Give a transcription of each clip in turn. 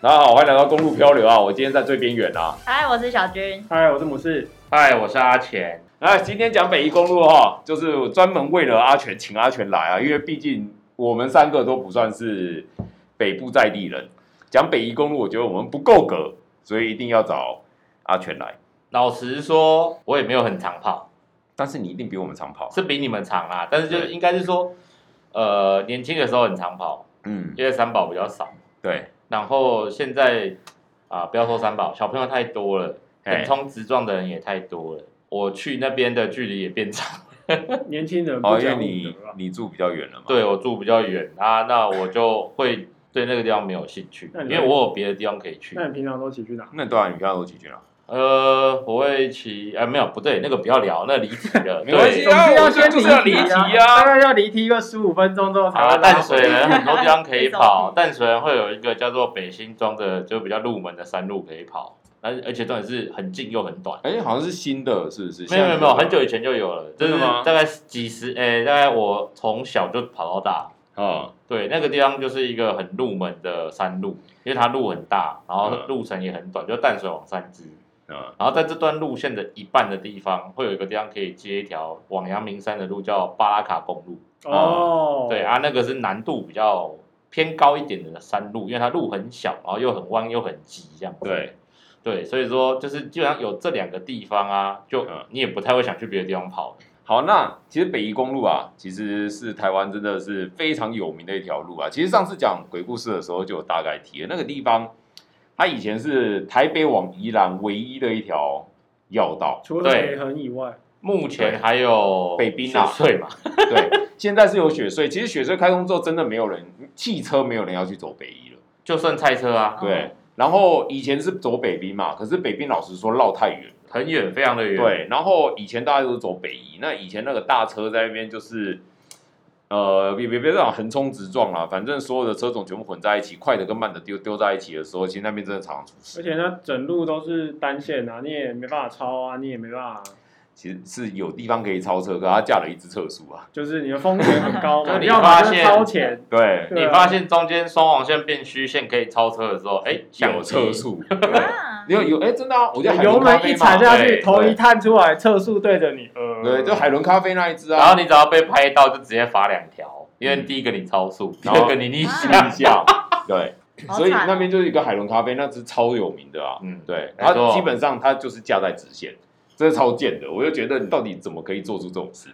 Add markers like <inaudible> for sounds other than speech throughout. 大家好，欢迎来到公路漂流啊！我今天在最边缘啊。嗨，我是小军。嗨，我是母士。嗨，我是阿钱。哎，今天讲北宜公路哈、就是我专门为了阿全请阿全来啊，因为毕竟我们三个都不算是北部在地人，讲北宜公路，我觉得我们不够格，所以一定要找阿全来。老实说，我也没有很长跑，但是你一定比我们长跑，是比你们长啦，但是就对应该是说，呃，年轻的时候很长跑，嗯，因为三宝比较少。对，然后现在啊、不要说三宝，小朋友太多了，哎能冲直撞的人也太多了。我去那边的距离也变长，年轻人不哦，因为讲武你德啊，你住比较远了嘛，，对我住比较远啊，那我就会对那个地方没有兴趣，那因你为我有别的地方可以去。那你平常都骑去哪？那对啊，你刚刚有几句啊？呃，我会骑，哎、没有，不对，那个不要聊，那离题 <laughs> 了。没关系对啊总之我先就是要离题题啊大概要离题个十五分钟之后才啊，会拉淡水回来 <laughs> 人很多地方可以没错，跑 <laughs> 淡水人会有一个叫做北新庄的，就比较入门的山路可以跑，而而且重点是很近又很短。哎，好像是新的，是不是？没有没有没有，很久啊以前就有了，就真是的吗大概几十，哎、大概我从小就跑到大。，哦对，那个地方就是一个很入门的山路，因为它路很大，然后嗯路程也很短，就淡水往三支。嗯，然后在这段路线的一半的地方，会有一个地方可以接一条往阳明山的路，叫巴拉卡公路。哦。，对，啊，那个是难度比较偏高一点的山路，因为它路很小，然后又很弯又很急这样子。对，对，所以说就是基本上有这两个地方啊，就嗯你也不太会想去别的地方跑。好，那其实北宜公路啊，其实是台湾真的是非常有名的一条路啊。其实上次讲鬼故事的时候就有大概提了，那个地方它以前是台北往宜兰唯一的一条要道 <laughs> 除了北横以外，目对前还有北滨啊水嘛，对，现在是有雪隧。其实雪隧开通之后，真的没有人汽车没有人要去走北宜了，就剩菜车啊，对。然后以前是走北滨嘛，可是北滨老实说绕太远，很远，非常的远。，对，然后以前大家都是走北移，那以前那个大车在那边就是，呃，别别别这样横冲直撞啦，反正所有的车种全部混在一起，快的跟慢的丢丢在一起的时候，其实那边真的常常出而事。且那整路都是单线啊，你也没办法超啊，你也没办法，其实是有地方可以超车，可他架了一只测速啊。就是你的风险很高就嘛，你要么发就现超前，对，对你啊发现中间双黄线变虚线可以超车的时候，哎，有想测机，速， <laughs> 啊有有哎，真的啊，我觉得海油伦咖门啡一嘛踩下去，对头一对探出来，测速对着你，呃，对，就海伦咖啡那一只啊，然后你只要被拍到就直接罚两条，因为第一个你超速，第嗯然后二个你逆一向。下， <laughs> 对，好惨哦所以那边就是一个海伦咖啡，那只超有名的啊，嗯，对，没错它基本上它就是架在直线，这是超贱的。我就觉得你到底怎么可以做出这种事？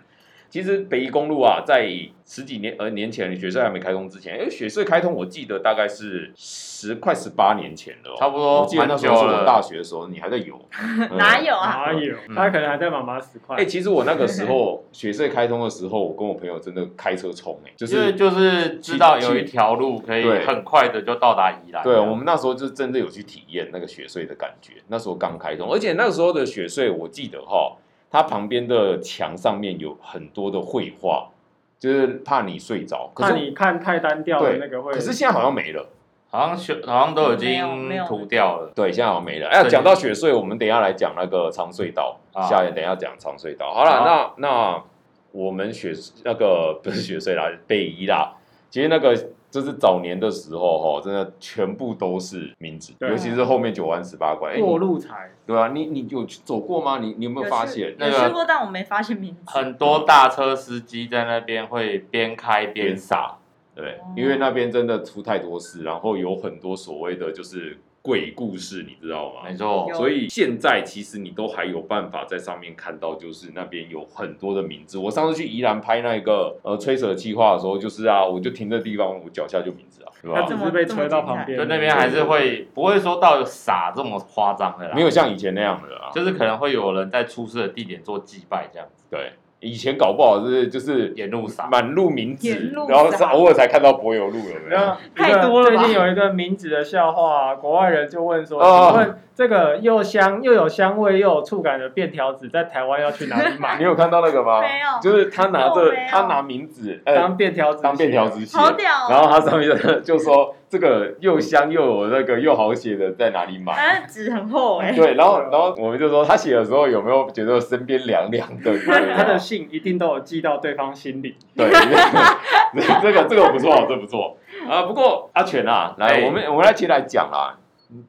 其实北宜公路啊，在十几年呃年前雪隧还没开通之前，因为雪隧开通，我记得大概是十快十八年前了、哦，差不多我记得那时候是蛮我久了大学的时候，你还在游，嗯哪？有啊？哪有？嗯哎他可能还在妈妈十块哎、，其实我那个时候雪隧开通的时候，我跟我朋友真的开车冲哎、就因为是就是知道有一条路可以对很快的就到达宜兰。对，我们那时候就真的有去体验那个雪隧的感觉。那时候刚开通，而且那时候的雪隧，我记得哈，它旁边的墙上面有很多的绘画，就是怕你睡着。可怕是你看太单调的那个会，可是现在好像没了，好像修好像都已没有没有经涂掉了。对，现在好像没了。哎呀，对讲到雪隧，我们等一下来讲那个长隧道，啊下一等一下讲长隧道。好了，那好那我们雪那个不是雪隧啦，北宜啦，其实那个。就是早年的时候，哈，真的全部都是名字，对尤其是后面九弯十八拐，哎你过路才。对啊，你你有去走过吗？你你有没有发现？那有个去过，但我没发现名字。很多大车司机在那边会边开边边撒，对哦，因为那边真的出太多事，然后有很多所谓的就是鬼故事，你知道吗哦没？错有，所以现在其实你都还有办法在上面看到，就是那边有很多的名字。我上次去宜兰拍那个呃吹蛇计划的时候，就是啊，我就停的地方，我脚下就名字啊，对他吧只怎？么是被吹到旁边，就那边还是会不会说到有撒这么夸张的啦，没有，像以前那样的啊，就是可能会有人在出事的地点做祭拜这样子，对，以前搞不好是就是沿路撒。满路名字沿，路然后撒是偶尔才看到柏油路有没有？ <laughs> 那太多了吧啊最近有一个名字的笑话、国外人就问说：“哦请问这个又香又有香味又有触感的便条纸，在台湾要去哪里买你有看到那个吗？没有，就是他拿我着没有他拿名字，呃，当便条纸？”当便条纸写，好屌哦。然后他上面就就说这个又香又有那个又好写的在哪里买？啊，纸很厚哎。对，然后然后我们就说他写的时候有没有觉得身边凉凉的？你知道他的吗信一定都有寄到对方心里。对，这个这个不错，这不错。啊，不过阿全啊，来，哎我们我们来先来讲啦。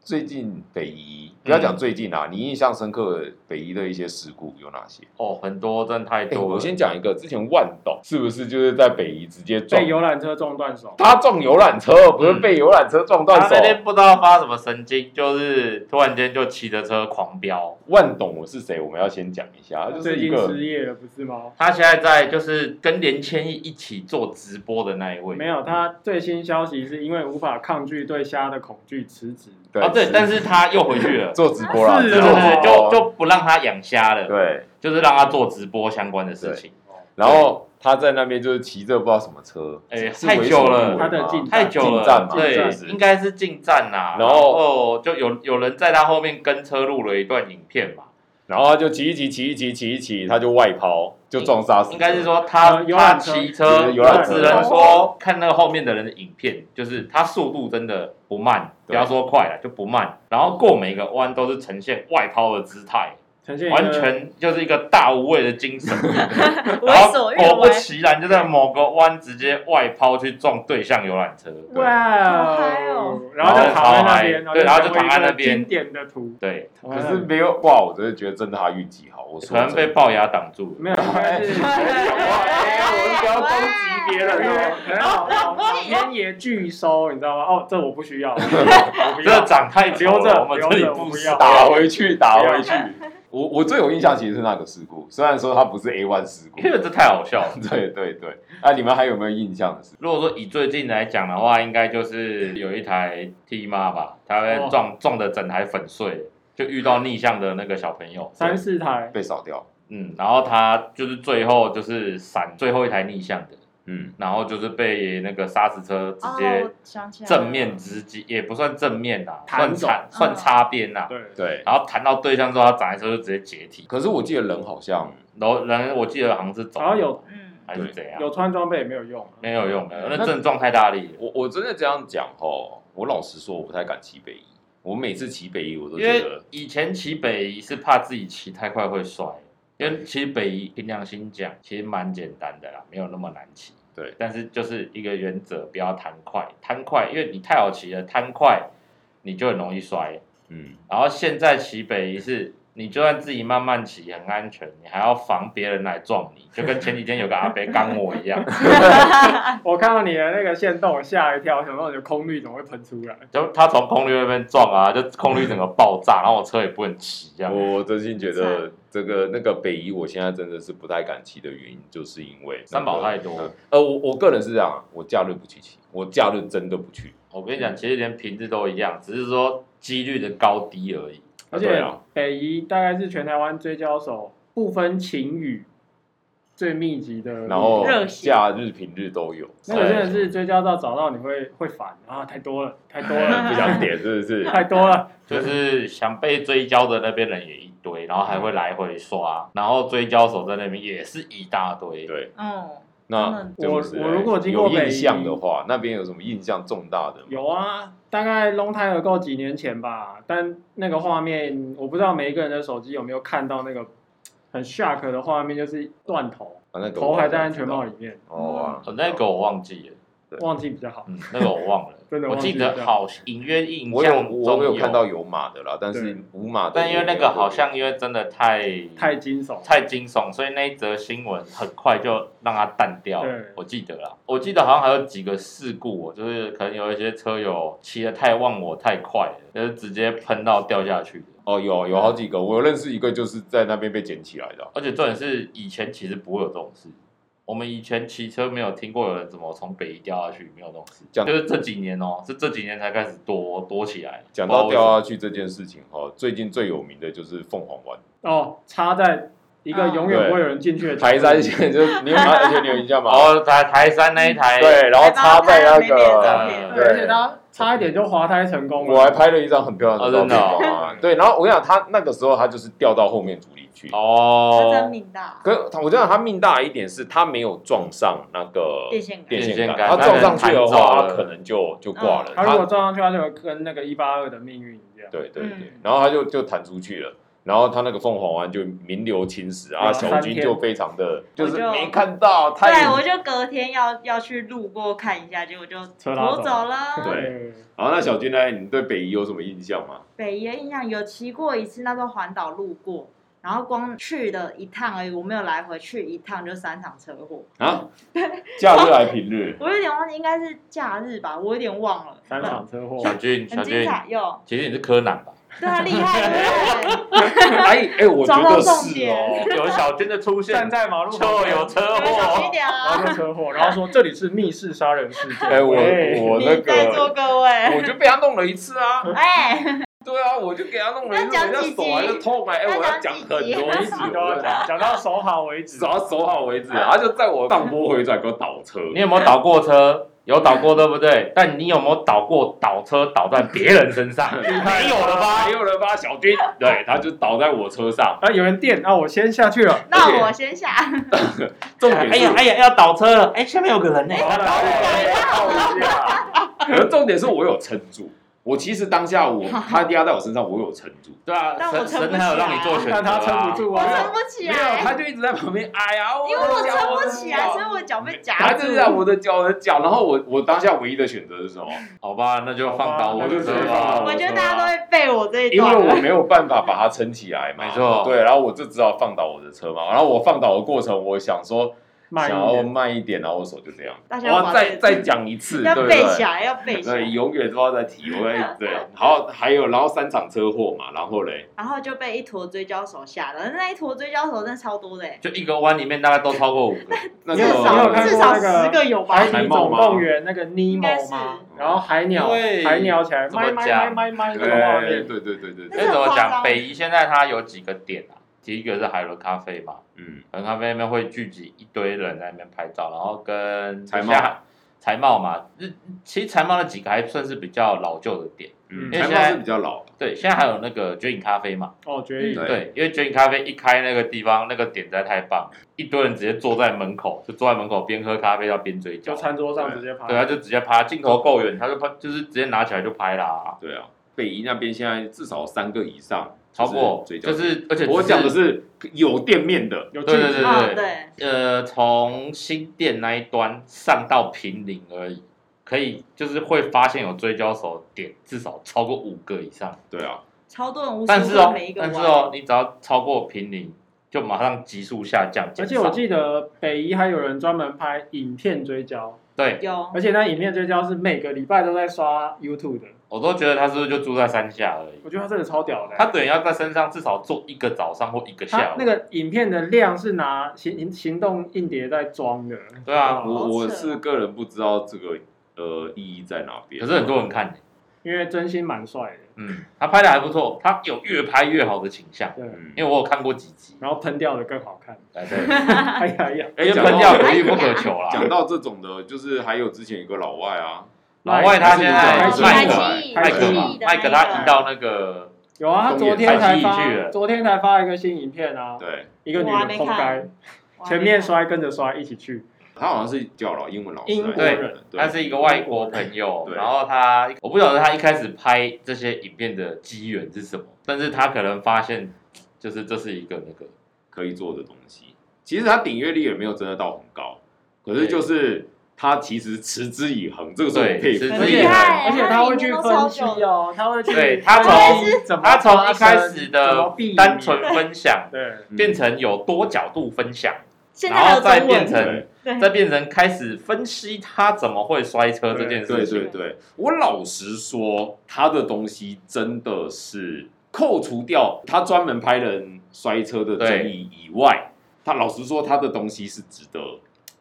最近北移，不要嗯讲最近啊，你印象深刻北移的一些事故有哪些？哦，很多真的太哎，多了。我先讲一个，之前万岛是不是就是在北移直接撞被？游览车撞断手，他撞游览车，不是被游览车撞断嗯他手那。天不知道发什么神经，就是突然间就骑着车狂飙。万董我是谁？我们要先讲一下，他就最是一近个失业了不是吗？他现在在就是跟连千亿一起做直播的那一位，没有，他最新消息是因为无法抗拒对虾的恐惧辞职。对啊，对，但是他又 <laughs> 回去了，做直播啦，是对做对对，直就播就不让他养虾了，对。就是让他做直播相关的事情，然后他在那边就是骑着不知道什么车，哎是太为久所了欲为他的吗进太久进站了，嘛对是，应该是进站呐，然然后后就有有人在他后面跟车录了一段影片嘛，然后他就骑一骑，骑一骑，骑一骑，他就外抛，就撞杀死。应该是，说他呃游他览车骑车，游览车只能说看那个后面的人的影片，就是他速度真的不慢，不对要说快了，就不慢。然后过每个弯都是呈现外抛的姿态，呈现一个完全就是一个大无畏的精神。然为后所欲果不为，其然，就在某个弯直接外抛去撞对向游览车。哇好嗨哦哦，然后就躺在那边，对然后就成为躺一在个那边经典的图。对，躺在可那是边没有哇，我真的觉得真的他运气好。我可说能被爆。龅牙挡住了。没有，应该是我不要攻击别因为人。很好，老天爷拒收，你知道吗？哦，这我不需要，我不这要。长太丑留着了，我们这里留着不不是要打回去，打不要回去。我我最有印象其实是那个事故，虽然说它不是 A one 事故因。为这太好笑了。对对对，那你们还有没有印象的事？如果说以最近来讲的话，应该就是有一台 T 妈吧，它被撞、撞的整台粉碎，就遇到逆向的那个小朋友，三四台，被扫掉。嗯，然后他就是最后就是闪最后一台逆向的，嗯，然后就是被那个砂石车直接哦，想起来了正面直击，也不算正面啦，算弹走嗯擦算擦边啦，对，对。啊然后弹到对象之后，他整台车就直接解体，可是我记得人好像然后然后我记得好像是走，然后有嗯，还是怎样，有嗯穿装备也没有用，没有用的，那那症状太大力了。我我真的这样讲哦，我老实说，我不太敢骑北移。我每次骑北移，我都因觉为得以前骑北移是怕自己骑太快会摔，因为其实北移凭良心讲，其实蛮简单的啦，没有那么难骑。对但是就是一个原则，不要贪快，贪快，因为你太好骑了，贪快你就很容易摔。嗯，然后现在骑北移是，你就算自己慢慢骑很安全，你还要防别人来撞你，就跟前几天有个阿伯刚我一样， <laughs> 我看到你的那个线动，我吓一跳，我想说你的空滤怎么会喷出来？就他从空滤那边撞啊，就空滤整个爆炸，然后我车也不能骑这样。我真心觉得这个那个北移，我现在真的是不太敢骑的原因，就是因为那个三宝太多呃呃，我我个人是这样，我假日不去骑，我假日真的不去。我跟你讲，其实连平日都一样，只是说几率的高低而已。而对且啊北宜大概是全台湾追交手不分晴雨最密集的，然后热血假日、平日都有，那个真的是追交到早到你会会烦啊，太多了，太多呃了，不想点是不 <laughs> 是？太多了。就是想被追焦的那边人也一堆，然后还会来回刷，然后追焦手在那边也是一大堆。对，嗯，那真的我是我我如果经有过北印宜象的话，那边有什么印象重大的吗？有啊，大概 long time ago 几年前吧，但那个画面我不知道每一个人的手机有没有看到那个很 shock 的画面，就是断头，啊，那个头我还好像在安知全道帽里面，哦，哦，那个我忘记了，对忘记比较好。嗯，那个我忘了 <laughs> ，真的我忘记记了得好隐约印我有象中我有看到，有马的啦，但是对无马的，但因为那个好像因为真的太太惊悚，太惊悚，所以那一则新闻很快就让它淡掉了对。我记得啦，我记得好像还有几个事故哦，就是可能有一些车友骑得太忘我、太快了，就是直接喷到掉下去的。哦有有好几个，我有认识一个就是在那边被捡起来的，啊而且重点是，以前其实不会有这种事。我们以前骑车没有听过有人怎么从北一掉下去，没有这种事。这样就是这几年哦、是这几年才开始多多起来。讲到掉啊，下去这件事情哈，最近最有名的就是凤凰湾哦，插在一个永远不会有人进去的 <laughs> 台山线， <laughs> 就是你有而且你有印象吗然？后哦台台山那一台，对，然后插在那还把它拍到那边的个，照片嗯呃对，对而且他差一点就滑胎成功了。我还拍了一张很漂亮的照哦真的哦片嘛 <laughs> 对，然后我跟你讲，他那个时候他就是掉到后面组里去，他真哦，命大，可他我觉得他命大一点是他没有撞上那个电线杆电线电线杆他撞上去的那话，人弹走了他可能就就挂嗯了。他如果撞上去，他就跟那个一八二的命运一样。对对对嗯，然后他就就弹出去了。然后他那个凤凰湾就名留青史啊，有小三军天就非常的就我是就没看到，他也对，啊我就隔天要要去路过看一下，结果就车拉走夺走了。对好，那小军呢？你对北宜有什么印象吗？北爷印象有骑过一次，那时候环岛路过，然后光去了一趟而已，我没有来回去一趟就三场车祸，啊，假日还平 <laughs> 日？我有点忘记，应该是假日吧，我有点忘了。三场车祸，小俊，很小精俊，彩哟，其实你是柯南吧？对啊，厉害对 <laughs> 不哎哎，我觉抓到得重是点哦。 <laughs> 有小军的出站现，在马路就旁边有车对？你们小心一祸。点然后啊！就车祸，然后说这里是密室杀人事件。哎，我喂我那 <laughs> 你在座个，各我位，就被他弄了一次啊。哎，对啊，我就给他弄了一次，要讲人家几集手还是痛哎，哎，我要要讲讲很几集多一每一集集，都要讲，讲到手好为止只。要守好为止。他就在我上坡回转给我倒车，你有没有倒过车？有倒过对不对？但你有没有倒过倒车倒在别人身 <laughs> 上？没有了吧还？有人把小军，对，他就倒在我车上。啊，有人电，啊，我先下去了。那我先下。重点哎是呀，哎呀，要倒车了！哎，下面有个人呢。好了好了好了好了而重点是我有撑住。我其实当下我他压在我身上，我有撑住。对啊，但神我撑不神还有起来让你做选择啊但他撑不住我啊撑，不起没有，他来，就一直在旁边哎呀，因为我的脚撑不起来，我所的以脚我脚被夹他住就。是在我的脚，我的脚。然后我我当下唯一的选择是什么？好吧，那就放倒我的车好吧。吧我觉得大家都会背我这一因为段。我没有办法把它撑起来嘛，没错对，然后我就只好放倒我的车嘛。然后我放倒的过程，我想说慢想一要点。慢一点，然后我手就这样。大家要哇，把再这再讲一次，对要不背起对？来，要背起对，来。永远都要再提。我会对，好，还有然后三场车祸嘛，然后嘞，然后就被一坨追焦手吓了，那一坨追焦手真的超多的欸，就一个弯里面大概都超过五个，那你个有至你有少看过至少那个十个有吧海。海底猫总吗动员那个尼应该莫是吗？然后海鸟，对海鸟起来，怎么麦麦讲哎麦麦麦那个画对面，对对对对 <laughs> 对，那那是哎怎很么夸张讲？北宜现在它有几个点啊？第一个是海伦咖啡嘛，嗯，海伦咖啡那边会聚集一堆人在那边拍照，然后跟财贸下财贸嘛，日其实财贸那几个还算是比较老旧的点。嗯，嗯台猫是比较老，对，现在还有那个绝影咖啡嘛，哦，绝影嗯对，对，因为绝影咖啡一开那个地方，那个点实在太棒，一堆人直接坐在门口，就坐在门口边喝咖啡要边追焦就，餐桌上直接拍。对，他就直接拍，镜头够远，他就拍，就是直接拿起来就拍啦，对啊。北宜那边现在至少三个以上，超过就是追就加是，而且我只讲的是有店面的，有对镜对子对啊，对，呃，从新店那一端上到平陵而已，可以就是会发现有追焦手点至少超过五个以上，对啊，超多人无但视是哦每一，个但是弯。哦，你只要超过平陵，就马上急速下降，而减且我少记得北一还有人专门拍影片追焦，对，有而且那影片追焦是每个礼拜都在刷 YouTube 的，我都觉得他是不是就住在山下而已。我觉得他真的超屌的欸、他等于要在山上至少坐一个早上或一个下他午。啊那个影片的量是拿行行行动硬碟在装的，对啊哦我好我扯是哦个人不知道这个呃意义在哪边，嗯可是很多人看、欸，因为真心蛮帅的，嗯，他拍的还不错，他有越拍越好的倾向，对，嗯，因为我有看过几 <laughs> 集。然后喷掉的更好看，哎，对，哎呀呀，哎因为讲喷到掉可遇不可求讲啦。到这种的，就是还有之前有个老外啊，老外他现在还是麦你克讲还麦克嘛是，麦克他移到那个，有啊，他东野昨天才太戏剧发，了昨天才发一个新影片啊，对一个女我还的没空看该，前面摔跟着摔一起去，他好像是叫老英文老师英来国的，人他是一个外国朋友，对然后他我不晓得他一开始拍这些影片的机缘是什么，但是他可能发现就是这是一个那个可以做的东西。其实他顶阅率也没有真的到很高，可是就是他其实持之以恒，这个是我对佩服持的。很之厉以恒害，而且他他会影去片都分超析久的，哦，他会去，对他从怎么他从发一开生始怎么的避免单纯分享，对。嗯变成有多角度分享，现在然还后有再中变文，成对再变成开始分析他怎么会摔车这件对事对情。对，我老实说，他的东西真的是扣除掉他专门拍人摔车的争议以外，他老实说，他的东西是值得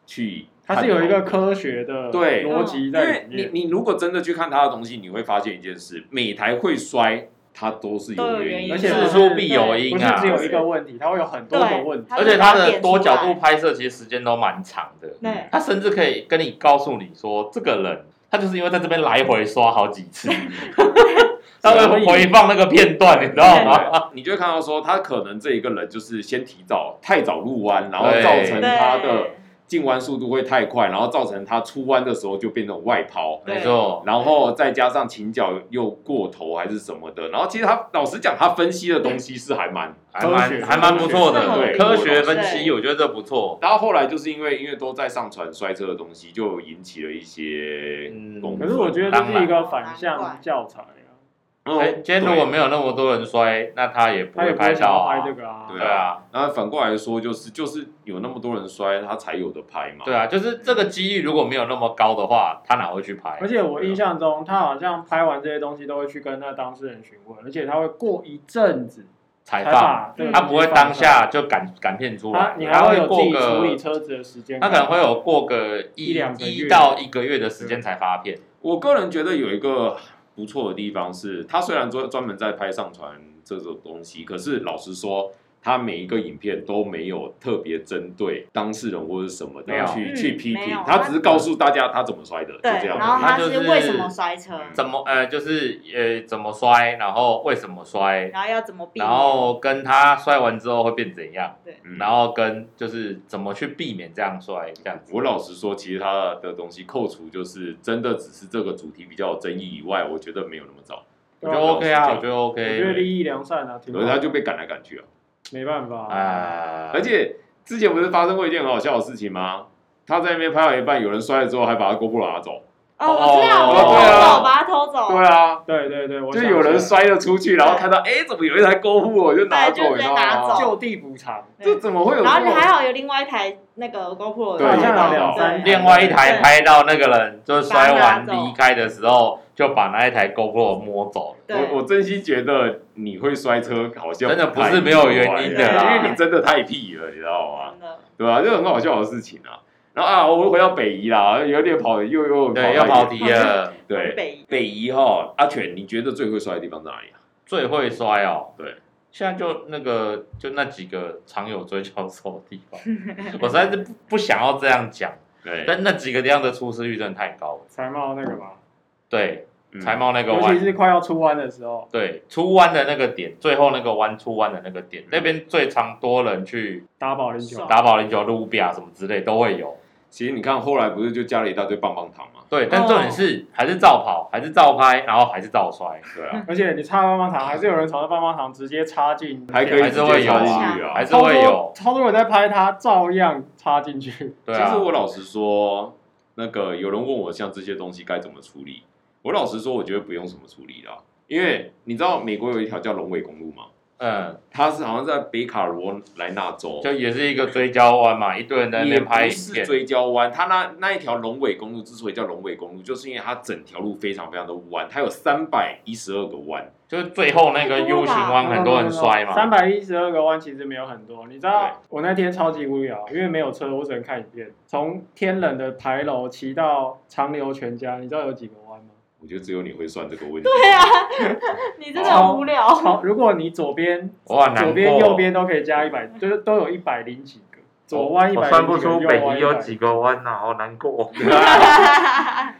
去看它的。是有一个科学的对逻辑因在为里嗯你面。你如果真的去看他的东西，你会发现一件事：每台会摔，它都是有原因的，而且事出必有因不是啊只！有一个问题，它会有很多个问题。对而且他的多角度拍摄其实时间都蛮长的，对，他甚至可以跟你告诉你说，这个人他就是因为在这边来回刷好几次，他所会以回放那个片段，你知道吗？对你就会看到说，他可能这一个人就是先提早太早入弯，然后对造成对他的进弯速度会太快，然后造成它出弯的时候就变成外抛，对没错，然后再加上倾角又过头还是什么的，然后其实他老实讲，他分析的东西是还蛮还科学蛮还蛮不错科的，学科学分析，我觉得这不错。然后后来就是因为因为都在上传摔车的东西，就引起了一些嗯公可愤。是我觉得这是一个反当向然教材啊，嗯，哎，今天如果没有那么多人摔，那他也不他也会不会拍想到要啊拍。这个啊。对对啊，然后反过来说，就是就是有那么多人摔，他才有的拍嘛。对啊，就是这个几率如果没有那么高的话，他哪会去拍？而且我印象中，他好像拍完这些东西都会去跟那当事人询问，而且他会过一阵子才才放，把这个他东西不会放当上下就赶赶片出他来，你他还会会有自过己处理个，车子的时间，他可能会有过个一一两个月一到一个月的时间才发片。我个人觉得有一个不错的地方是，他虽然专专门在拍上传这种东西，可是老实说，他每一个影片都没有特别针对当事人或者什么没有的去嗯去批没评有，他只是告诉大家他怎么摔的，就这对，样然后而已。他他就是是为什么摔车，怎么呃，就是呃怎么摔，然后为什么摔，然后要怎么避免，然后跟他摔完之后会变怎样，嗯然后跟就是怎么去避免这样摔这样子。我老实说，其实他的东西扣除就是真的只是这个主题比较有争议以外，我觉得没有那么糟，我老觉得对啊实 OK 啊，讲我觉得我觉得 OK，利益良善啊，挺好所以的他就被赶来赶去啊。没办法啊，而且之前不是发生过一件很好笑的事情吗？他在那边拍到一半，有人摔了之后还把他 GoPro 拿走。哦，我知道，哦我偷对啊走，把它偷走，对啊，对对对，我就想有人起摔了出去，然后看到哎、诶怎么有一台购物，我就拿走，对就你直知接道拿来吗走？就地补偿，对这怎么会有这然后种？还好有另外一台那个 GoPro，对好像有有两三对台另外一台拍到那个人就是摔把他完拿走离开的时候，就把那一台 GoPro 摸走了。对我我真心觉得你会摔车，好像真的不太啊是没有原因的啦因为你真的太屁了，你知道吗？真的，对吧、啊？这很好笑的事情啊。然后啊，我回到北宜啦，有点跑，又又对，要跑跑到一题了，点 <laughs> 对。北北宜哈，阿全，你觉得最会摔的地方在哪里啊？最会摔哦。对，现在就那个就那几个常有追求手的地 <laughs> 方，我实在是不不想要这样讲，对，但那几个地方的出事率真的太高了。才貌那个吧，对，嗯财贸那个尤其弯，是快要出弯的时候，对，出弯的那个点，最后那个弯出弯的那个点，嗯那边最常多人去打保龄球手，打保龄球、撸比啊什么之类都会有。其实你看后来不是就加了一大堆棒棒糖嘛？对，但重点是还是照跑，还是照拍，然后还是照摔，对啊，而且你插棒棒糖，还是有人从那棒棒糖直接插进，还可以还直是会接有插啊进去啊，还是超多会有。超多人在拍他，照样插进去。对啊其实，我老实说，那个有人问我像这些东西该怎么处理，我老实说，我觉得不用什么处理啦，因为你知道美国有一条叫龙尾公路吗？嗯，它是好像在北卡罗来纳州，就也是一个追焦弯嘛，一堆人在那也边拍不影是片，追焦弯，它那那一条龙尾公路之所以叫龙尾公路，就是因为它整条路非常非常的弯，它有三百一十二个弯。就是最后那个 U 型弯 <laughs> 很多人摔嘛。 <laughs> 三百一十二个弯其实没有很多，你知对道我那天超级无聊，因为没有车，我只能看影片。从天冷的牌楼骑到长流全家，你知道有几个弯吗？我觉得只有你会算这个问题。对啊，你真的很无聊，好，如果你左边、哇，难过。左边、右边都可以加一百，就是都有一百零几个，左弯一哦我百算零不几个，出右北弯极一有百。几个弯啊，好难过。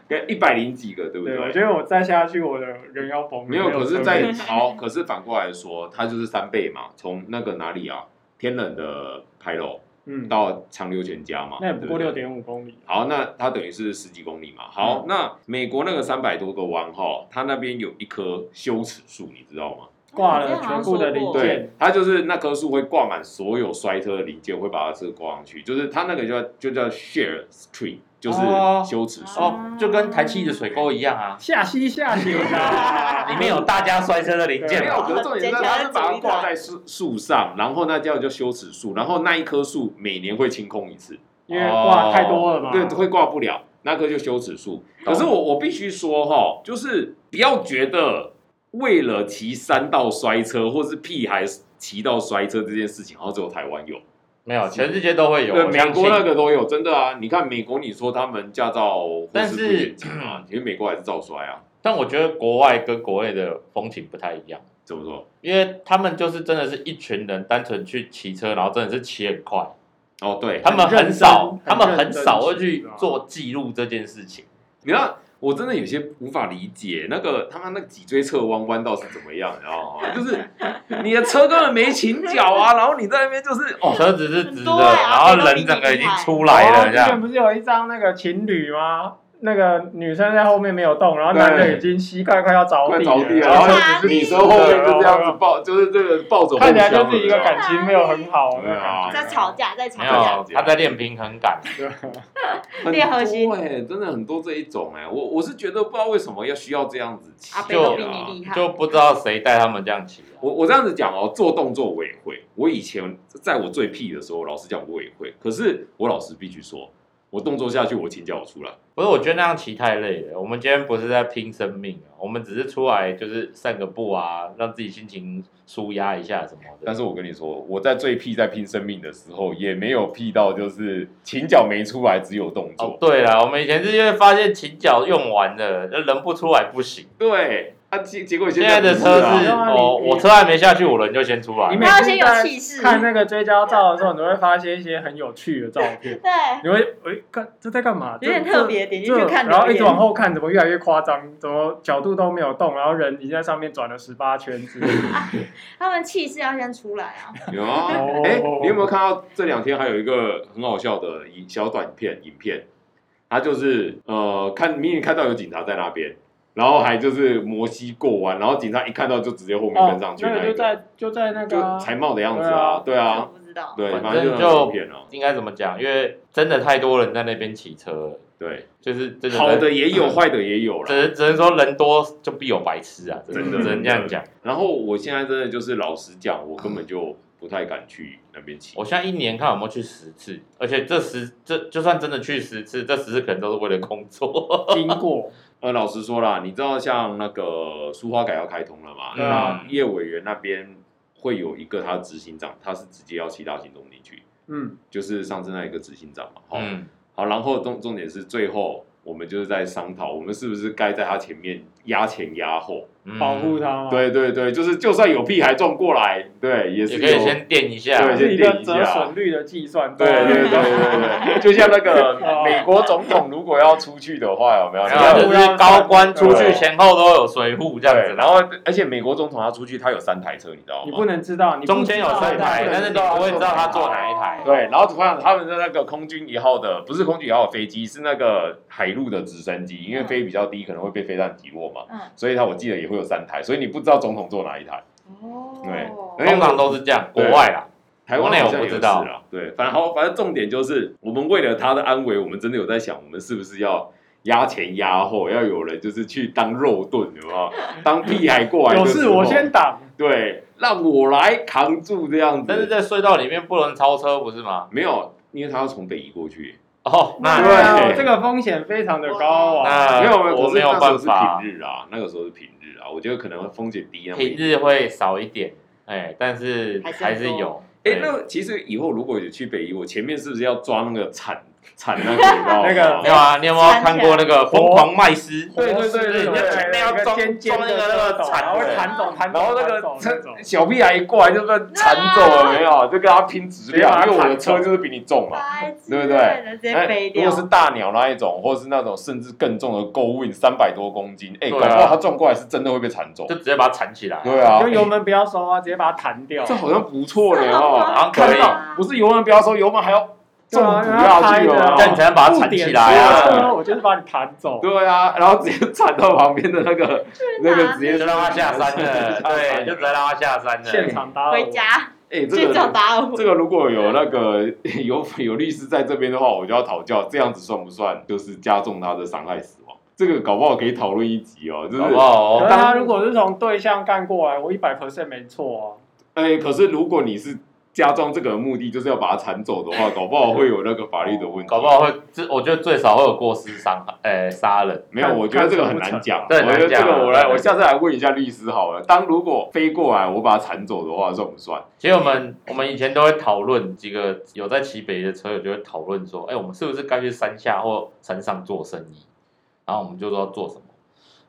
跟一百零几个，对不对，我对？觉得我再下去我的人要崩了。没有，可车是在，位好，可是反过来说，它就是三倍嘛，从那个哪里啊，天冷的牌楼嗯，到长流全家嘛，那也不过对六对。点嗯五公里。好，那它等于是十几公里嘛。好，那美国那个三百多个弯哈，它那边有一棵羞耻树，你知道吗？挂了全部的零哦件对，它就是那棵树会挂满所有摔车的零件，会把它这个挂上去，就是它那个叫就叫 share tree，就是哦羞耻树。 <laughs> 哦，就跟台气的水沟一样啊，下西 <laughs> 下行啊，里面有大家摔车的零件没有，嘛。可是重点是它是把它挂在树树上，然后那叫叫羞耻树，然后那一棵树每年会清空一次，哦因为挂太多了嘛。对，会挂不了，那棵就羞耻树。可是我我必须说哈，就是不要觉得为了骑山道摔车，或是屁孩骑到摔车这件事情，然后只有台湾有。没有，全世界都会有。对，我美相国那信。个都有，真的啊！你看美国，你说他们驾照或但是是不严谨啊，其实美国还是照摔啊。但我觉得国外跟国内的风情不太一样，怎么说？因为他们就是真的是一群人单纯去骑车，然后真的是骑很快，哦，对，他们很认很少，真他们很少很会认真骑去做记录这件事情。你看，我真的有些无法理解，那个他妈那个脊椎侧弯弯到是怎么样，你知道吗？就是你的车根本没倾角啊，然后你在那边就是哦，车子是直的，很多啊然后人整个已经出来然后了，这哦之前样。不是有一张那个情侣吗？那个女生在后面没有动，然后对男的已经膝盖快要着快地着地了，然然后后哪里你车后面就这样子抱，就是这个抱走看起来后就箱是一个了感情没有很好对的啊感觉，在吵架，在吵没架，有，他在练平衡感。啊很练核心多哎、真的很多这一种哎、我我是觉得不知道为什么要需要这样子骑阿贝就都啊比你厉害，就不知道谁带他们这样骑、啊。我我这样子讲哦，做动作我也会。我以前在我最屁的时候，老实讲我也会。可是我老实必须说，我动作下去，我请叫我出来。不是，我觉得那样骑太累了。我们今天不是在拼生命啊，我们只是出来就是散个步啊，让自己心情舒压一下什么的。但是我跟你说，我在最屁在拼生命的时候，也没有屁到就是请脚没出来，只有动作。哦，对了，我们以前是因为发现琴脚用完了，那人不出来不行。对啊，结结果现现在的不车啊是对啊哦，你我车还没下去，我人就先出来你了。每他要次先有气势在看那个追焦照的时候，你都会发现一些很有趣的照片，对，你会哎看这在干嘛？有点这特别，点进去看留言，然后一直往后看，怎么越来越夸张？怎么角度都没有动，然后人已经在上面转了十八圈之类的他们气势要先出来啊，有啊，哦哎、你有没有看到这两天还有一个很好笑的影小短片影片？他就是呃，看明明看到有警察在那边，然后还就是摩西过弯，然后警察一看到就直接后面跟上去、哦那个一就个，在就在那个啊就才貌的样子啊，对我啊，不知道，对，反反正正就就影片哦，应该怎么讲？因为真的太多人在那边骑车了，对，就是真的好的也有，坏的也有只了。能只能说人多就必有白痴啊，真真的的只能这样讲。然后我现在真的就是老实讲，我根本就不太敢去那边骑嗯我。现在一年看有没有去十次，而且这十这就算真的去十次，这十次可能都是为了工作。经过，呃，老实说啦，你知道像那个苏花改要开通了嘛？嗯那业委员那边会有一个他执行长，他是直接要骑到行动进去，嗯，就是上次那一个执行长嘛。好、嗯，好，然后重重点是最后我们就是在商讨，我们是不是该在他前面压前压后？嗯保护他嘛，对对对，就是就算有屁孩撞过来，对，也是嗯也有可以先垫一下。对自己的折损率的计算， <laughs> 啊对对对对对，就像那个哦美国总统如果要出去的话，有没有？然后你就要是高官出去前后都有随护这样对，子，然然后后而且美国总统他出去，他有三台车，你知道吗？你不能知道，你不中间有知道车牌，对但是你不会知道啊他坐哪一 <laughs> 台。对，然后同样他们的那个空军一号的，不是空军一号的飞机，是那个海陆的直升机，因为飞比较低，可能会被飞弹击落嘛，嗯，所以它我记得也会有三台，所以你不知道总统坐哪一台。哦，对通常都是这样，国外啦，台湾好像国内我也不是知道啊，对，反正好，反正重点就是，我们为了他的安危，我们真的有在想，我们是不是要压前压后，要有人就是去当肉盾，有没有？ <laughs> 当屁孩过来的有时事候，我先挡，对，让我来扛住这样子。但是在隧道里面不能超车，不是吗？没有，因为他要从北移过去，哦，对 <laughs> 那啊这个风险非常的高啊，那没有没有，呃我可是没有那时候办是法，平日啊，那个时候是平日啊，我觉得可能风险低那么一平点。日会少一点，哎，但是还是还是有。哎、对那其实以后如果有去北移，我前面是不是要抓那个铲铲 <laughs> 那个你知道吗那个没有啊？你有没有看过那个《疯哦狂麦斯》？对对对对对，人家前面要有一个装尖尖装一的个那个斗铲然后子会弹走弹走，然后那弹走个弹走车小屁孩一过来就被铲走了，没啊有？就跟他拼质量，因为我的车就是比你重嘛。哎白痴对不对人直接飞如掉果，是大鸟那一种，或者是那种甚至更重的 Go Win 三百多公斤，哎、对搞啊不好他撞过来是真的会被铲走就。直接把它铲起来。对啊，就油门不要收啊，直接把它弹哦掉，这好像不错呢 <laughs> 好哦，像可以看到不是油门不要收，油门还要对重啊补下去然后拍的哦啊。这样你才能把它铲起来不点啊！多我就是把你弹走。对啊，然后直接铲到旁边的那个那个直接就让它下山了，对，就直接让它下山了。现场打回家哎，这去找个打我 <laughs> 这。个如果有那个 <laughs> 有有律师在这边的话，我就要讨教，这样子算不算就是加重他的伤害死亡？这个搞不好可以讨论一集哦，就是好不好可哦？是他啊如果是从对象干过来，我一百 percent 没错啊哎，可是如果你是加装这个的目的就是要把他铲走 <laughs> 的话，搞不好会有那个法律的问题。哦搞不好会，这我觉得最少会有过失伤害，诶，杀人。没有，看我觉得这个很看难成讲。对我觉得难讲啊这个我来，对我下次来问一下律师好了。当如果飞过来，我把它铲走的话，算不算？其实我们我们以前都会讨论几个有在骑北的车友就会讨论说，哎，我们是不是该去山下或山上做生意？然后我们就说做什么？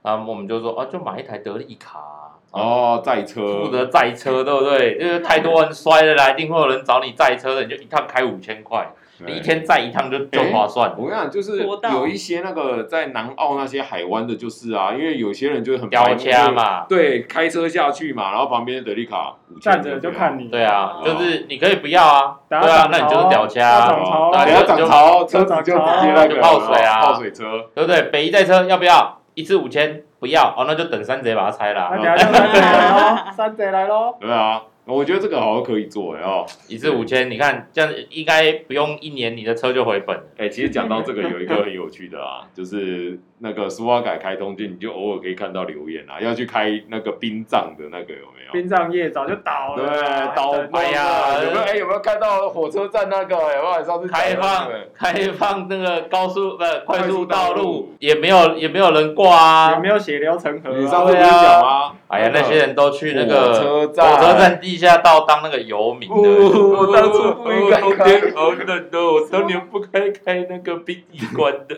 然后我们就说啊，就买一台德利卡啊、哦，载车，负责载车，对不对？就是太多人摔了啦，一定会有人找你载车的，你就一趟开五千块，你一天载一趟就就划算了。我跟你讲，就是国道有一些那个在南澳那些海湾的，就是啊，因为有些人就是很飙白目车，嘛，对，开车下去嘛，然后旁边的德利卡5000站着就看你。对啊，哦就是你可以不要啊，对打啊涨，那你潮就是屌掐啊打不涨要，不潮要涨潮，车子就直接那个就泡水啊泡水车，对不对？北一代车要不要？一次五千，不要哦，那就等山贼把它拆了那啊，等下就山贼来喽，山贼来喽。对啊，我觉得这个好像可以做哎哦。一次五千，你看这样应该不用一年，你的车就回本了。 <laughs> 哎、其实讲到这个，有一个很有趣的啊，就是那个苏花改开通就你就偶尔可以看到留言啊，要去开那个殡葬的那个有没有？殡葬业早就倒了，对，倒哎哎呀呀，有没有哎、有没有看到火车站那个？有没有上次开放对开放那个高速不是快速道快速道路路，也没有也没有人挂也啊。没有血流成河、你啊上。次不是讲吗？哎呀，那些人都去那火个车火站，车站地下道当那个游民呜，的。我当初不应该开。 <laughs> 好冷哦！我当年不该开那个殡仪馆的。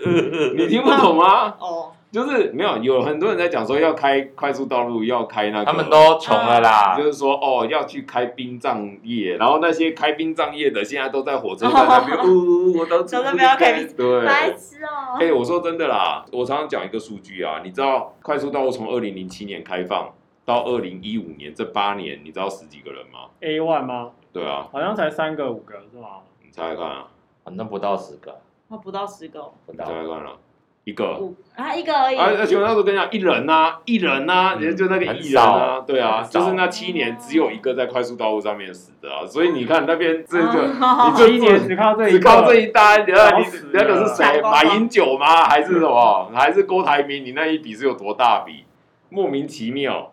你听不懂吗？哦，就是没有，有很多人在讲说要开快速道路，要开那个，他们都啊穷了啦就，是说哦，要去开殡葬业，然后那些开殡葬业的现在都在火 <laughs> 车站那边，呜、我都早就不要开殡对。白痴哦哎、，我说真的啦，我常常讲一个数据啊，你知道快速道路从二零零七年开放到二零一五年这八年，你知道死几个人吗？ A one 吗？对啊，好像才三个五个是吗？你猜猜看啊，反正不到十个，他不到十个哦，不你到猜猜。看啊，一个。五啊一个而而已，而且我那时候跟你讲，一人呐、啊，一人呐、啊，嗯也就那个很艺人啊少，对啊，很少就是那七年只有一个在快速道路上面死的啊，所以你看那边这个，哦你 <laughs> 这七年只靠这一只个，靠这一单，你看搞你死了那个是谁？闪光马光英九吗？还是什么？还是郭台铭？你那一笔是有多大笔？莫名其妙。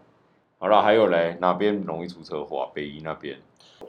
好了，还有嘞，哪边容易出车祸啊？北宜那边，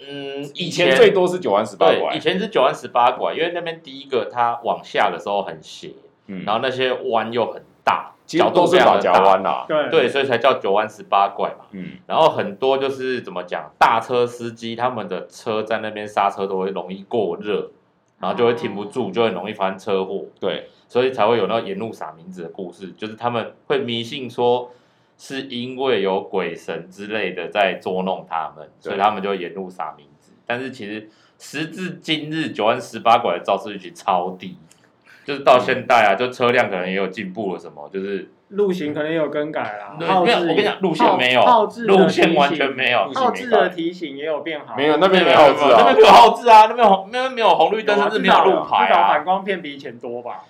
嗯，以前最多是九万十八对，以块，前是九万十八拐，因为那边第一个它往下的时候很斜，嗯，然后那些弯又很大，其实角都度是非常老的夹大，弯啦，对对，所以才叫九弯十八拐嘛。嗯，然后很多就是怎么讲，大车司机他们的车在那边刹车都会容易过热，然后就会停不住，就很容易发生车祸，对，所以才会有那个沿路撒名字的故事，就是他们会迷信说是因为有鬼神之类的在捉弄他们，对所以他们就沿路撒名字。但是其实时至今日，九万十八拐的肇事率其实超低，就是到现在啊，嗯就车辆可能也有进步了什么，就是路型可能也有更改啦。没有，号我志跟你讲，路线没有号志，的路线完全没有提。醒号志的提醒也有变好，没有那那边没没有号志那啊边没，有号志啊，那边红那边没有红绿灯，甚至没有路牌啊至少反啊，光片比以前多吧？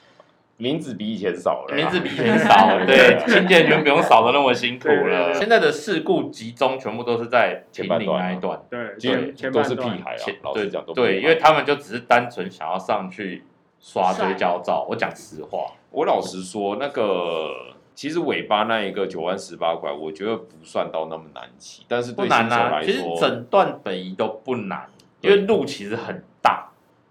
名字比以前少了啦，名字比以前啊少 <laughs> 了，对，清洁员不用扫的那么辛苦对对了。对现在的事故集中全部都是在平前半林段啊那一段，对，其实前前都半是屁段孩啊前，老对实讲都对，因为他们就只是单纯想要上去刷帅追焦照。我讲实话，我老实说，那个其实尾巴那一个九万十八块，我觉得不算到那么难骑，但是不对新难手啊，来其实说，整段北移都不难，因为路其实很大，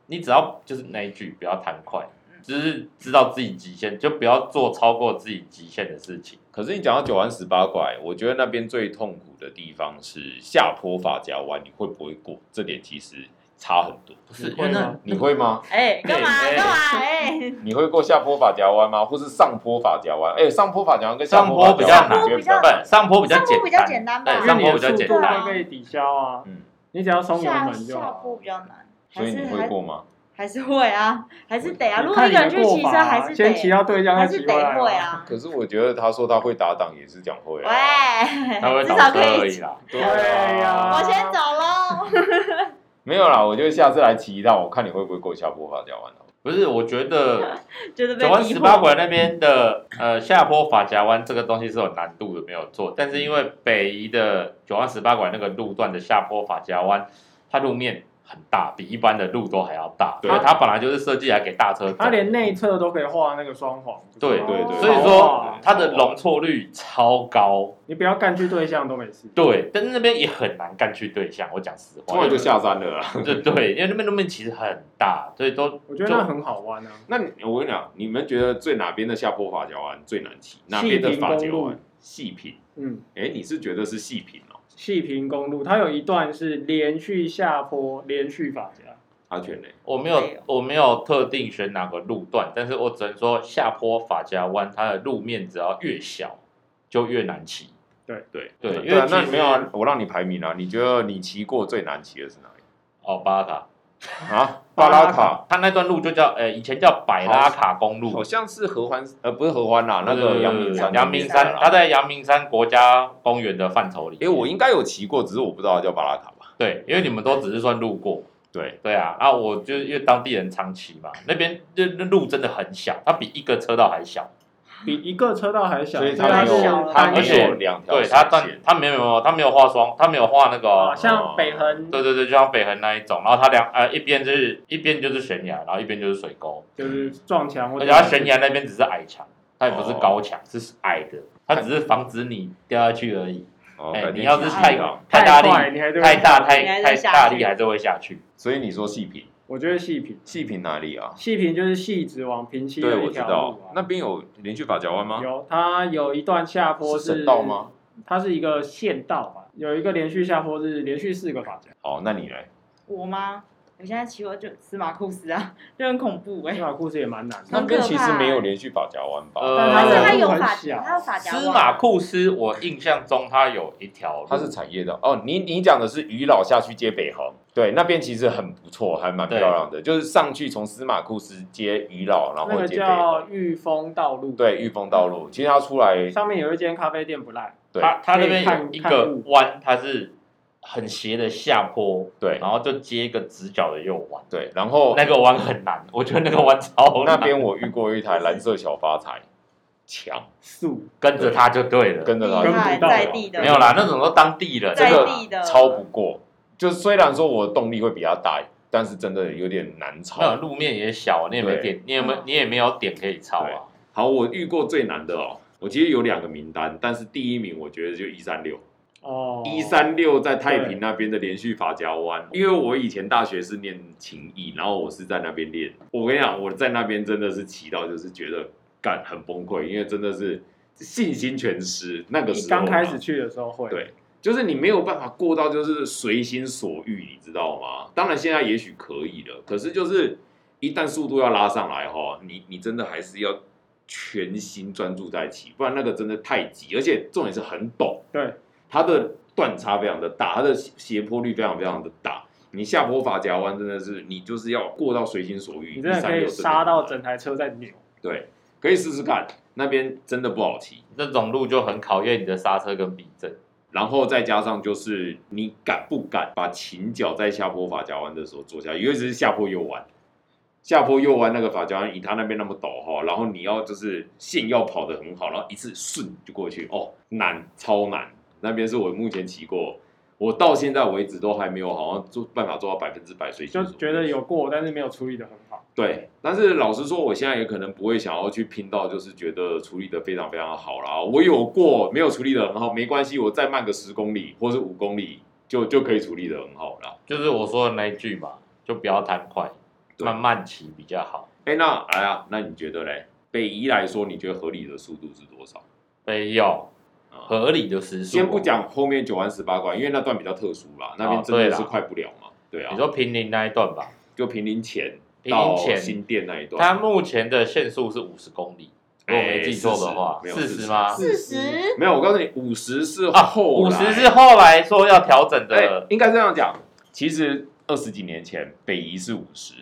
你只要就是那一句不要贪快，就是知道自己极限，就不要做超过自己极限的事情。可是你讲到九弯十八拐，我觉得那边最痛苦的地方是下坡发夹弯，你会不会过？这点其实差很多。不是嗯因你会为那吗你会吗？ <laughs> 哎，干嘛哎干嘛哎？你会过下坡发夹弯吗？或是上坡发夹弯？哎、上坡发夹弯跟下坡上坡比较难我觉得上坡比不上坡比较上坡比较简简单吧对，因为上你坡的比较速简度单。会被抵消啊，嗯，你只要松油下门就下好坡。比较难，所还以你是会还过吗？还是会啊，还是得啊。如你果看一你个的人去过骑车，法啊，还是先骑得到对向，还再是骑得回来。会，啊。可是我觉得他说他会打档，也是讲会、啊。他会喂，至倒少车可而以已。啦。啊对对呀我先走喽。 <laughs> 没有啦，我觉得下次来骑一趟，我看你会不会过下坡发夹弯啊不是，我觉得觉得被九弯迷十惑八拐那边的呃下坡法夹弯这个东西是有难度的，没有错。但是因为北移的九弯十八拐那个路段的下坡法夹弯，它路面很大，比一般的路都还要大，对所以它本来就是设计来给大车走。它连内侧都可以画那个双黄。对对对，所以哦说它的容错率超高，你不要干去对象都没事。对，但是那边也很难干去对象。我讲实话，突然就下山了啦。对对，因为那边路面其实很大，所以都我觉得就那很好玩啊。那你我跟你讲，你们觉得最哪边的下坡发夹弯最难骑？哪边的发细夹平公弯路？细平。嗯，哎、你是觉得是细平哦？细平公路它有一段是连续下坡，连续法夹。阿全嘞？我没有没有，我没有特定选哪个路段，但是我只能说下坡法夹弯，它的路面只要越小就越难骑。对对因为对啊，其那实没有啊，我让你排名啊，你觉得你骑过最难骑的是哪里？哦，巴塔，啊，巴拉卡它那段路就叫呃，以前叫百拉卡公好路，像是合欢，呃，不是合欢啦，那个阳明山，阳明阳明山山，它在阳明山国家公园的范畴里哎，面。我应该有骑过，只是我不知道它叫巴拉卡吧？对，因为你们都只是算路过，对，对啊，啊，我就因为当地人常骑嘛，那边就那路真的很小，它比一个车道还小，比一个车道还小，所以因为它没是有，它单没线有两条对，实它但线，它没有没有，它没有画双，它没有画那个哦、啊像北横对对对，就像北横那一种，然后它两呃一边就是一边就是悬崖，然后一边就是水沟，就是撞墙或而者且它悬崖那边只是矮墙，它也不是哦高墙，是矮的，它只是防止你掉下去而已。哦哎、改你天要是骑太一趟太大快，力、你还对太大、你太还太在大下去力，还是会下去。所以你说细品，我觉得细品，细品哪里啊？细品就是细直往平溪对，的我一知条道路啊。那边有连续法夹弯吗？有，它有一段下坡啊是省道吗？它是一个县道吧，有一个连续下坡是连续四个法夹，哦，那你来，我吗？我现在骑过就司马库斯啊，就很恐怖哎、司马库斯也蛮难那的。很边可其实怕没有欸连续法夹弯吧？呃但但是它它的有路很法，小，它有法夹弯司马库斯，我印象中它有一条路，它是产业道哦，你你讲的是余老下去接北横，对，那边其实很不错，还蛮漂亮的，就是上去从司马库斯接余老，然那后个接北横，叫玉峰道路，，对，玉峰道路，其实它出来上啊面有一间咖啡店不赖，对它它那边可以有看一看个路弯，它是很斜的下坡，对然后就接一个直角的右弯，对，然后那个弯很难，我觉得那个弯超那难，边我遇过一台蓝色小发财，强，素跟着它就对了，跟着厉它害跟不到在地的，没有啦，那种都当地人，这在个地的超不过，就是虽然说我的动力会比较大，但是真的有点难那超。呃路面也小，你也没对点，你也嗯没你也没有点可以抄啊，好，我遇过最难的哦，我其实有两个名单，但是第一名我觉得就一三六。哦，一三六在太平那边的连续法家湾，因为我以前大学是念琴艺，然后我是在那边练。我跟你讲，我在那边真的是骑到就是觉得干很崩溃，因为真的是信心全失。那个你时候啊刚开始去的时候会，对，就是你没有办法过到就是随心所欲，你知道吗？当然现在也许可以了，可是就是一旦速度要拉上来哈，你你真的还是要全心专注在骑，不然那个真的太急，而且重点是很陡，对，它的断差非常的大，它的斜坡率非常非常的大。你下坡法夹弯真的是，你就是要过到随心所欲，你真的136可以真的杀到很整台车在扭。对，可以试试看，那边真的不好骑。那种路就很考验你的刹车跟避震。然后再加上就是你敢不敢把琴脚在下坡法夹弯的时候做下来，尤其是下坡右弯，下坡右弯那个法夹弯，以它那边那么陡哈，然后你要就是线要跑得很好，然后一次顺就过去哦，难超难，那边是我目前骑过。我到现在为止都还没有好像做办法做到百分之百随心就所欲，觉得有过，但是没有处理的很好。对，但是老实说，我现在也可能不会想要去拼到，就是觉得处理的非常非常好啦。我有过没有处理的很好，没关系，我再慢个十公里或是五公里，就就可以处理的很好啦。就是我说的那一句嘛，就不要贪快，对慢慢骑比较好。哎，那哎呀，那你觉得嘞？北移来说，你觉得合理的速度是多少？没有啊合理的时速，先不，讲后面九弯十八关，因为那段比较特殊啦，那边哦真的对啦是快不了嘛。对啊，你说平林那一段吧，就平林前平到林前新店那一段，它目前的限速是五十公里，如果我没记错的话，哎40没四有十吗？四十，没有，我告诉你，五十是啊，后五来十是后来说要调整对，的，哎应该这样讲。呃其实二十几年前，北移是五十，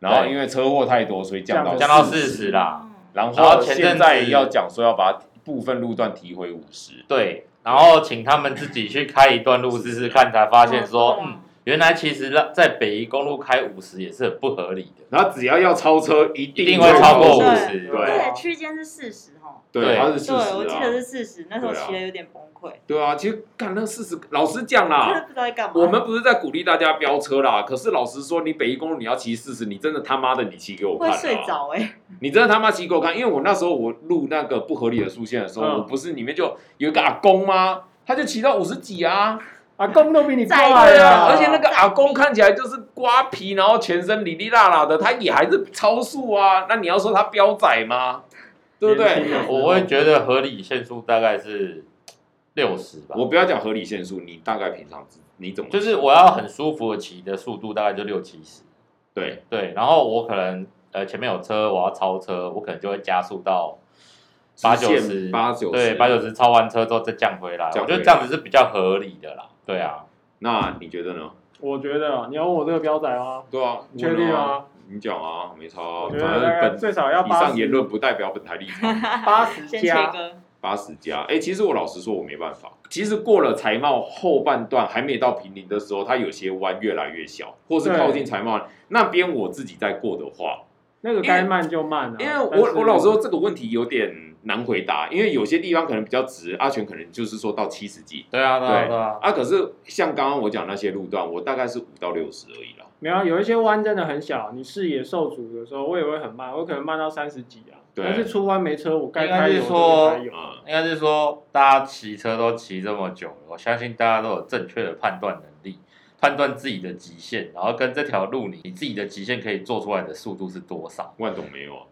然后对因为车祸太多，所以降到降到40四十嗯啦。哦然然后后前阵现子在要讲说要把部分路段提回五十。对，然后请他们自己去开一段路试试看，才发现说，哦对啊嗯，原来其实让在北宜公路开五十也是很不合理的，然后只要要超车，一一定定会超过五50十。对而且啊区间是四十哦，对，对它是四对，我十记啊得。是四十，那时候对啊骑的有点崩溃，对啊，其实干那四十，老实讲真的啦，不知道在干嘛。啊我们不是在鼓励大家飙车啦，可是老实说，你北宜公路你要骑四十，你真的他妈的你骑给我看会啊！睡着哎，你真的他妈骑给我看，因为我那时候我录那个不合理的路线的时候，嗯我不是里面就有一个阿公吗？他就骑到五十几啊，阿公都比你快在对啊啊，而且那个阿公看起来就是瓜皮，然后全身里里啦啦的，他也还是超速啊。那你要说他彪仔吗？对不年轻对？人我会觉得合理限速大概是六十吧，我不要讲合理限速，你大概平常你怎么就是我要很舒服的骑的速度大概就六七十，对对，然后我可能呃前面有车，我要超车，我可能就会加速到八九十，八九对，八九。十超完车之后再降回来，降我回来觉得这样子是比较合理的啦。对啊，那你觉得呢？我觉得啊你要问我这个标仔吗？对啊，你确定问啊？吗？你讲啊，没差啊，我反觉得大正概本最少要以八上言十论不代表本台立场。八十先切加，割，八十加，哎、其实我老实说，我没办法。其实过了财贸后半段，还没到平林的时候，它有些弯越来越小，或是对靠近财贸那边，我自己在过的话，那个该慢就慢啊。因为但我是我老实说，这个问题有点难回答，因为有些地方可能比较直，阿全可能就是说到七十几对啊，对啊，对对啊，啊，可是像刚刚我讲那些路段，我大概是五到六十而已啦。没有啊，有一些弯真的很小，你视野受阻的时候，我也会很慢，我可能慢到三十几啊。对但是出弯没车，我该应该开是油说我就开油。嗯，应该是说大家骑车都骑这么久了，我相信大家都有正确的判断能力，判断自己的极限，然后跟这条路你你自己的极限可以做出来的速度是多少。万总没有啊，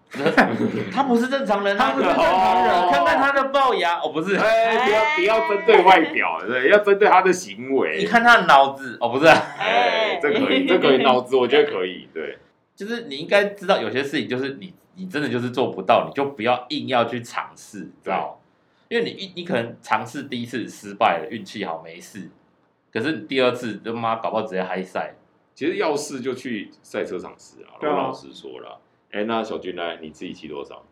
他不是正常人啊，他不是正常人看看他的龅牙，哦不是，哎、不要不要针对外表，对，要针对他的行为。你看他的脑子，哦不是啊、哎、这可以，这可以，脑子我觉得可以，对。就是你应该知道有些事情就是你你真的就是做不到，你就不要硬要去尝试，知道吗？因为你一你可能尝试第一次失败了，运气好没事，可是你第二次他妈搞不好直接嗨赛。其实要试就去赛车场试啊，我对啊老实说了。哎、那小军呢？你自己骑多少？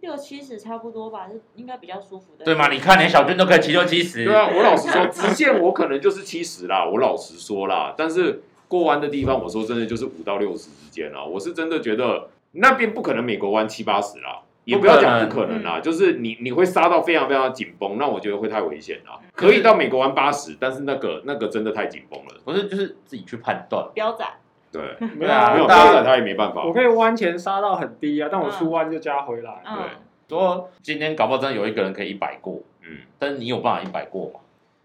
六七十差不多吧，是应该比较舒服的。对吗？你看连小军都可以骑六七十，对啊，我老实说，直线我可能就是七十啦，我老实说啦。但是过弯的地方，我说真的就是五到六十之间啊啦。我是真的觉得那边不可能美国弯七八十啦，也不要讲不可能啦，就是你你会刹到非常非常紧绷，那我觉得会太危险啦。可以到美国弯八十，但是那个那个真的太紧绷了。不是就是自己去判断。标仔， <laughs> 对，对没有啊没有大家当然他也没办法我。可以弯前刹到很低啊，但我嗯出弯就加回来。嗯，说今天搞不好真的有一个人可以一百过，嗯，但是你有办法一百过吗？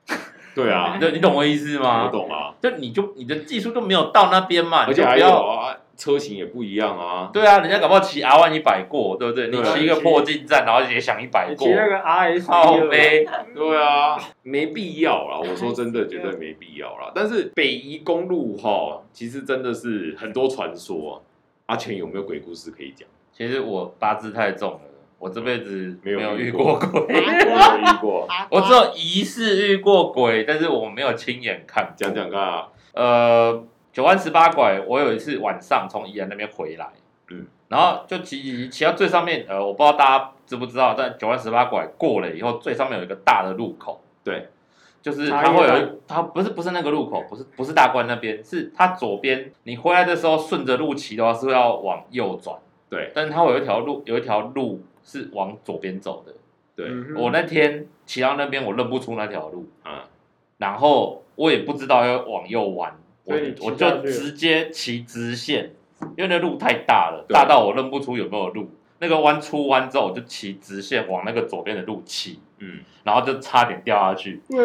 <laughs> 对啊你，懂你懂我意思我吗？懂啊。就你就你的技术都没有到那边嘛，而你且就还不有要。啊，车型也不一样啊。对啊，人家搞不好骑 R 万一百过，对不对？对啊哎你骑一个破进站，然后也想一嗯百你过骑，那个 RS 靠1呗。对啊，没必要啦，我说真哎啊的，绝对没必要啦。但是北宜公路哈，其实真的是很多传说、啊。阿全有没有鬼故事可以讲？其实我八字太重了，我这辈子没没有有遇遇过过哎 <laughs> 我麻鬼，瓜有遇过，麻瓜我只有疑似遇过鬼，但是我没有亲眼看。讲讲看啊。呃，九弯十八拐，我有一次晚上从宜兰那边回来，嗯嗯，然后就骑骑骑到最上面，呃，我不知道大家知不知道，在九弯十八拐过了以后，最上面有一个大的路口，对，就是茶它叶会有蛋一，它不是不是那个路口，不是不是大关那边，是它左边，你回来的时候顺着路骑的话是要往右转，对但是它会有一条路，有一条路是往左边走的，对，嗯哼我那天骑到那边，我认不出那条路。啊，然后我也不知道要往右弯，我所以你骑我下就去直接骑直线，因为那路太大了，对大到我认不出有没有路。那个弯出弯之后，我就骑直线往那个左边的路骑，嗯，然后就差点掉下去。哇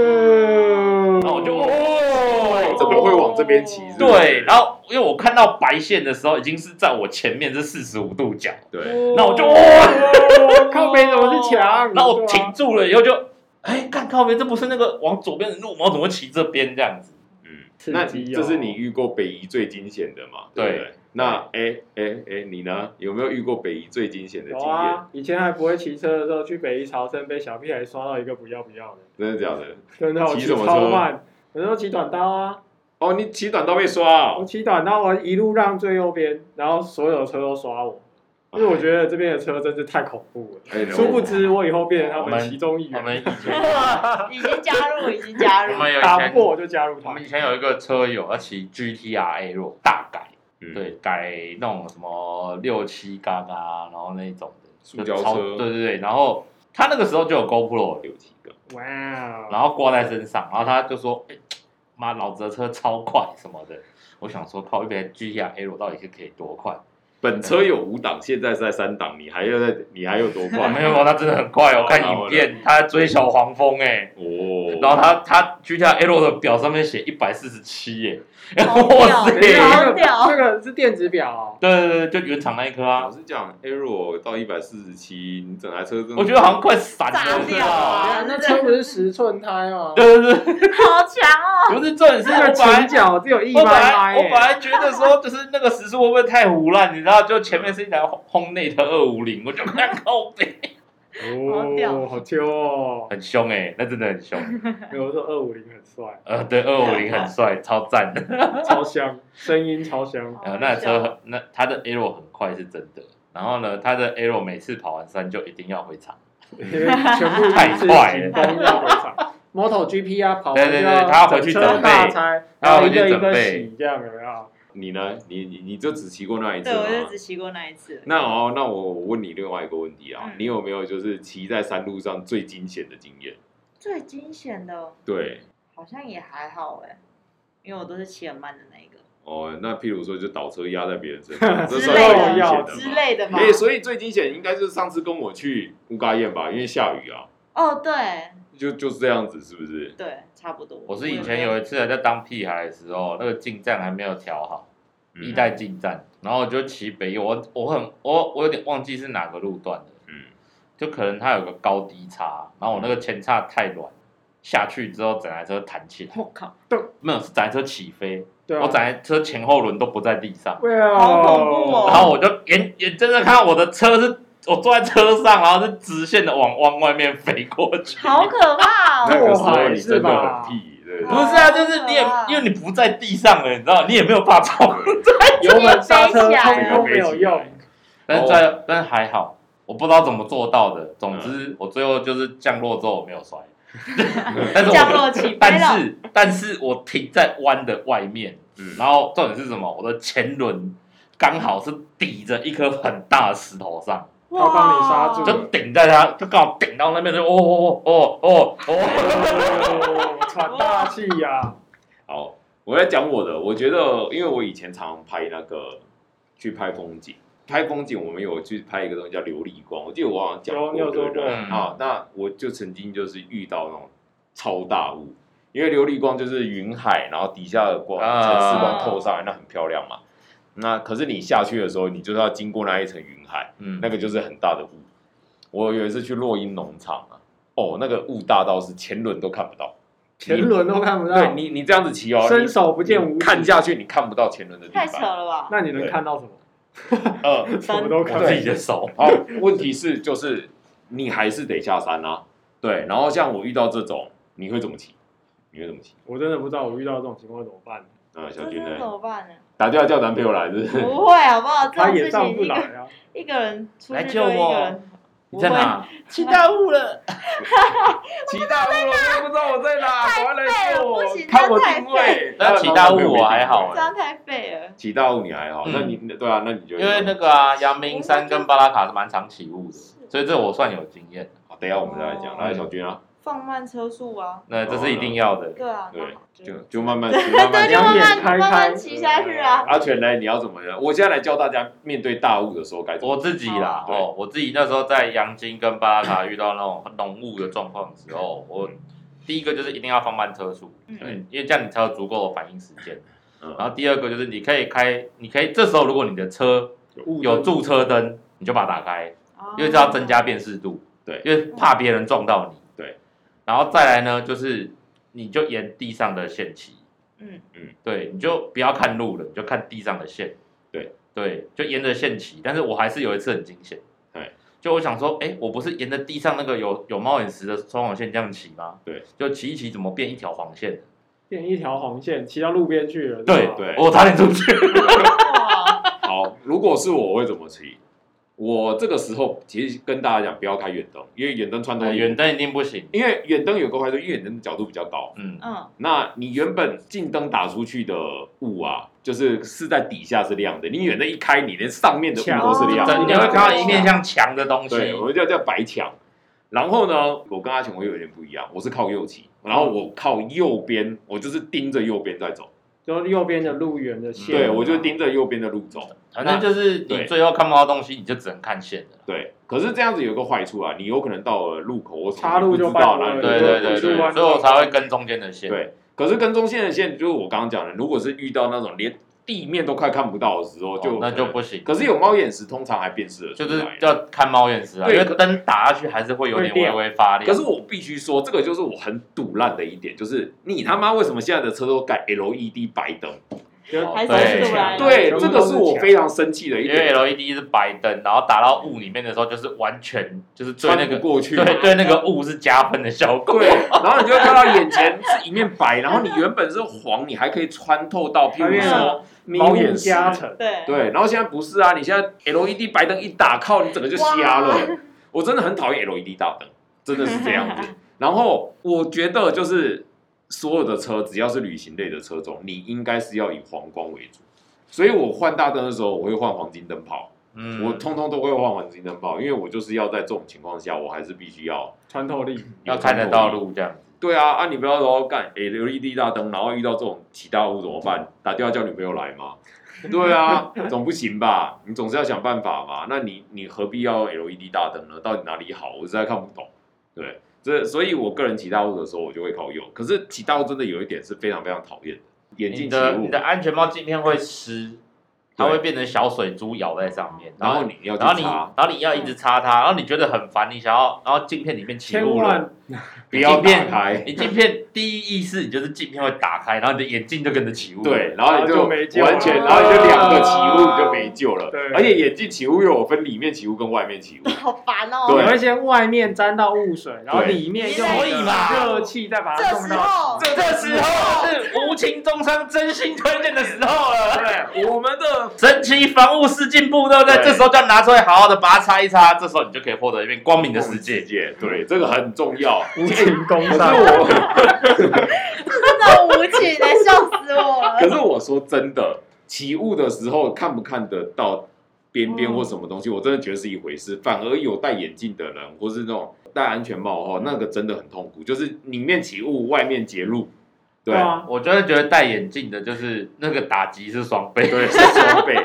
然后我就哦哦，怎么会往这边骑？是不是对，然后因为我看到白线的时候，已经是在我前面这四十五度角，嗯对，那我就哦靠北怎么是墙？然后我对啊停住了以后就，哎，看靠边，这不是那个往左边的路吗？我怎么会骑这边这样子？嗯，刺那激哦这是你遇过北宜最惊险的嘛？对不对对。那哎哎哎，你呢？有没有遇过北宜最惊险的有经验？啊，以前还不会骑车的时候，去北一朝圣被小屁孩刷到一个不要不要的，真的假的？真的我骑骑什么车超慢，我那时候骑短刀啊，哦，你骑短刀被刷我哦，骑短刀，我一路让最右边，然后所有车都刷我，因哎为我觉得这边的车真是太恐怖了。哎殊不知我以后变成他我们们其中一我们员，以前 <laughs> 已经加入，已经加入我，们有以 <laughs> 打前不过我就加入我他们以。前有一个车友要骑 GTR A 若大改，嗯，对，改那种什么六七杠啊，然后那一种的塑就胶超车对对对。然后他那个时候就有 GoPro，了六七个，哇然哦！后挂在身上，然后他就说：“哎、妈，老子的车超快什么的。”我想说，靠，一边 GTR A 若到底是可以多快？本车有五档，现在是在三档，你还要在，你还有多哇，快？ <laughs> 没有，他真的很快哦，我看影片，他追小黄蜂哎、哦，然后他他 GTR A 若的表上面写一百四十七耶，好屌 <laughs> 哇塞！好等一下屌对那个那个是电子表哦，对对，对就原厂那一颗啊 <laughs> 老。实讲，Aero 到一百四十七，你整台车真的，我觉得好像快 <laughs> 散炸了，掉啊啊那车不是十寸胎吗？ <laughs> 对对对，好强哦！不是重 <laughs> 点是那我个本来前脚只有一我百本来迈我本来觉得说就是那个时速会不会太胡乱，你知道，就前面是一台轰内的二五零，我就看靠 <laughs> 背，好屌哦，好丢哦！ <laughs> 很凶哎、那真的很凶。，比如说二五零很帅呃，对，二五零很 <laughs> 帅，超赞的。超香，声音超香。呃，那车很那它的 arrow 很快是真的。然后呢，它的 arrow 每次跑完山就一定要回场。因为全部太快了都要回场。MotoGP 啊，跑完对对就对他要回去整准车备大拆，他然要后回一去个一准个备洗这样有没有？你呢？你你你就只骑过那一次对，吗？我就只骑过那一次。那哦，那我问你另外一个问题啊，嗯你有没有就是骑在山路上最惊险的经验？最惊险的对，好像也还好哎、因为我都是骑很慢的那一个哦，那譬如说就倒车压在别人身 <laughs> 上，这之算最类的惊险之吗？类的吧。哎、所以最惊险应该就是上次跟我去乌嘎宴吧，因为下雨啊，哦，对就就是这样子，是不是？对，差不多。我是以前有一次还在当屁孩的时候，那个进站还没有调好，嗯一代进站，然后我就骑北一，我我很我我有点忘记是哪个路段的，嗯，就可能它有个高低差，然后我那个前叉太软，下去之后整台车弹起来，我靠，没有是整台车起飞，对啊，我整台车前后轮都不在地上，哇，好恐怖哦然后我就眼眼睁睁看到我的车是。我坐在车上，然后是直线的往往外面飞过 <laughs> 去。好可怕那哦！个时候你真的很屁，对对不是啊，就是你也好可怕因为你不在地上了，你知道，你也没有办法跑。对，油门刹车通通没有飞用，但是在、但是还好，我不知道怎么做到的。总之，我最后就是降落之后我没有摔，但是我降落起飞但了，是但是我停在弯的外面，嗯， <laughs> 然后重点是什么？我的前轮刚好是抵着一颗很大的石头上，他帮你嗯刹住就顶在它，就刚好顶到那边，就哦哦哦哦哦，哦喘大气呀！好，我来讲我的。我觉得，因为我以前常常拍那个去拍风景，拍风景我们有去拍一个东西叫琉璃光，我记得我好像讲有过，你有对不对？说过啊、那我就曾经就是遇到那种超大雾，因为琉璃光就是云海，然后底下的光啊城市光透上来，那很漂亮嘛。那可是你下去的时候，你就是要经过那一层云海，嗯那个就是很大的雾。我有一次去洛英农场啊，哦，那个雾大到是前轮都看不到，前轮都看不到，对你你这样子啊骑哦，你伸手不见五你指。看下去你看不到前轮的地太扯方。了吧！那你能看到什么？呃，什么都看不我到自。己的手，好，问题是就是你还是得下山啊。对，然后像我遇到这种，你会怎么骑？你会怎么骑？我真的不知道我遇到这种情况怎么办。啊，小这军真的怎哦呢？么办呢？打电话叫男朋友来，是不是？ <laughs> 不会好不好？这他种也事上情不一来个啊！一个人出来去救就一个我人，！你在哪？骑到雾了，起大雾了，我都不知道我在哪，赶快来救我太废了不行，看我这样定位。太废了但起大雾我还好 <laughs> 这样太废了。起大雾你还好，嗯那你对啊，那你就因为那个啊，阳明山跟巴拉卡是蛮常起雾的，所以这我算有经验。好等一下我们再来哦讲。来，小军啊，放慢车速啊！那这是一定要的。对啊，对那好就就慢慢骑，慢慢对骑就慢慢两眼开开慢慢骑下去啊阿全来，你要怎么样？我现在来教大家面对大雾的时候该怎么我自己啦，哦哦，我自己那时候在阳金跟巴拉卡遇到那种浓雾的状况的时候，我第一个就是一定要放慢车速，嗯嗯，因为这样你才有足够的反应时间。嗯然后第二个就是你可以开，你可以这时候如果你的车有驻车灯，你就把它打开，哦因为这要增加辨识度，对因为怕别人撞到你，对。然后再来呢，就是你就沿地上的线骑，嗯对，你就不要看路了，你就看地上的线。对对，就沿着线骑，但是我还是有一次很惊险。哎，就我想说，哎，我不是沿着地上那个有有猫眼石的双黄线这样骑吗？对，就骑一骑，怎么变一条黄线？变一条红线骑到路边去了。对对，对，哦我差点出去。 <laughs> 哇好，如果是我，我会怎么骑？我这个时候其实跟大家讲，不要开远灯，因为远灯穿透哎力远，灯一定不行。因为远灯有个坏处，因为远灯的角度比较高。嗯，嗯，那你原本近灯打出去的雾啊，就是是在底下是亮的，你远灯一开，你连上面的雾都是亮的，墙真哦你会看到一面像墙的东西。对，我们叫叫白墙。然后呢，哦我跟阿琼我有点不一样，我是靠右骑，然后我靠右边，我就是盯着右边在走，就是右边的路缘的线。对我就盯着右边的路走。反正就是对你最后看不到东西，你就只能看线的。对，可是这样子有个坏处啊，你有可能到了路口，我什么插入就不知道拜哪里拜有对路对口对去对，弯所以我才会跟中间的线。对，可是跟踪线的线，就是我刚刚讲的，如果是遇到那种连地面都快看不到的时候，哦，就那就。不行。可是有猫眼石，通常还辨识得出就来。是要看猫眼石啊，因对为灯打下去还是会有点会微亮微发亮。可是我必须说，这个就是我很堵烂的一点，就是你他妈为什么现在的车都改 LED E 白灯？就还是对全部都对，墙这个是我非常生气的一因为 E 点， LED 是白灯，然后打到雾里面的时候，就是完全就是对那穿个不过去。对对那个雾是加分的效果。对，然后你就会看到眼前是一面白，然后你原本是黄，你还可以穿透到，譬如说，迷猫眼雾石加成。对，对，然后现在不是啊，你现在 LED 白灯一打，靠，你整个就瞎了哇。我真的很讨厌 LED 大灯，真的是这样子。然后我觉得就是所有的车，只要是旅行类的车种，你应该是要以黄光为主。所以我换大灯的时候，我会换黄金灯泡，嗯，我通通都会换黄金灯泡，因为我就是要在这种情况下，我还是必须要穿透力，嗯要看得到。路这样子。对啊，啊，你不要说干诶 LED 大灯，然后遇到这种起大雾怎么办？打电话叫女朋友来吗？ <laughs> 对啊，总不行吧？你总是要想办法嘛。那你你何必要 LED 大灯呢？到底哪里好？我实在看不懂。对，这所以，我个人起大雾的时候，我就会靠右。可是起大雾真的有一点是非常非常讨厌的，眼你镜起的你雾的，安全帽镜片会湿，它会变成小水珠咬在上面，然后你要去然后你擦，然后你要一直擦它，然后你觉得很烦，你想要，然后镜片里面起千雾了，万不要镜片打开。你镜片第一意识你就是镜片会打开，然后你的眼镜就跟着起雾。对，，然后你然后就没救了啊完全，然后你就两个起雾，你就没救了。对而且眼镜起雾又有分里面起雾跟外面起 <laughs> 雾。好烦哦。对你会先外面沾到雾水，然后对里面用所以嘛热气再把它这送时到。候这时候是无情中伤真心推荐的时候了。对，我们的神奇防护是进步，对不对？对这时候就要拿出来好好的把它擦一擦，这时候你就可以获得一片光明的世界。界，对，这个很重要。 <laughs> 无情工可是伤，我，真的无情的，笑死 <laughs> 我了。可是我说真的，起雾的时候看不看得到边边嗯或什么东西，我真的觉得是一回事。反而有戴眼镜的人，或是那种戴安全帽哈，那个真的很痛苦，就是里面起雾，外面结露，对，啊，我就会觉得戴眼镜的，就是那个打击是双倍。对，是双倍。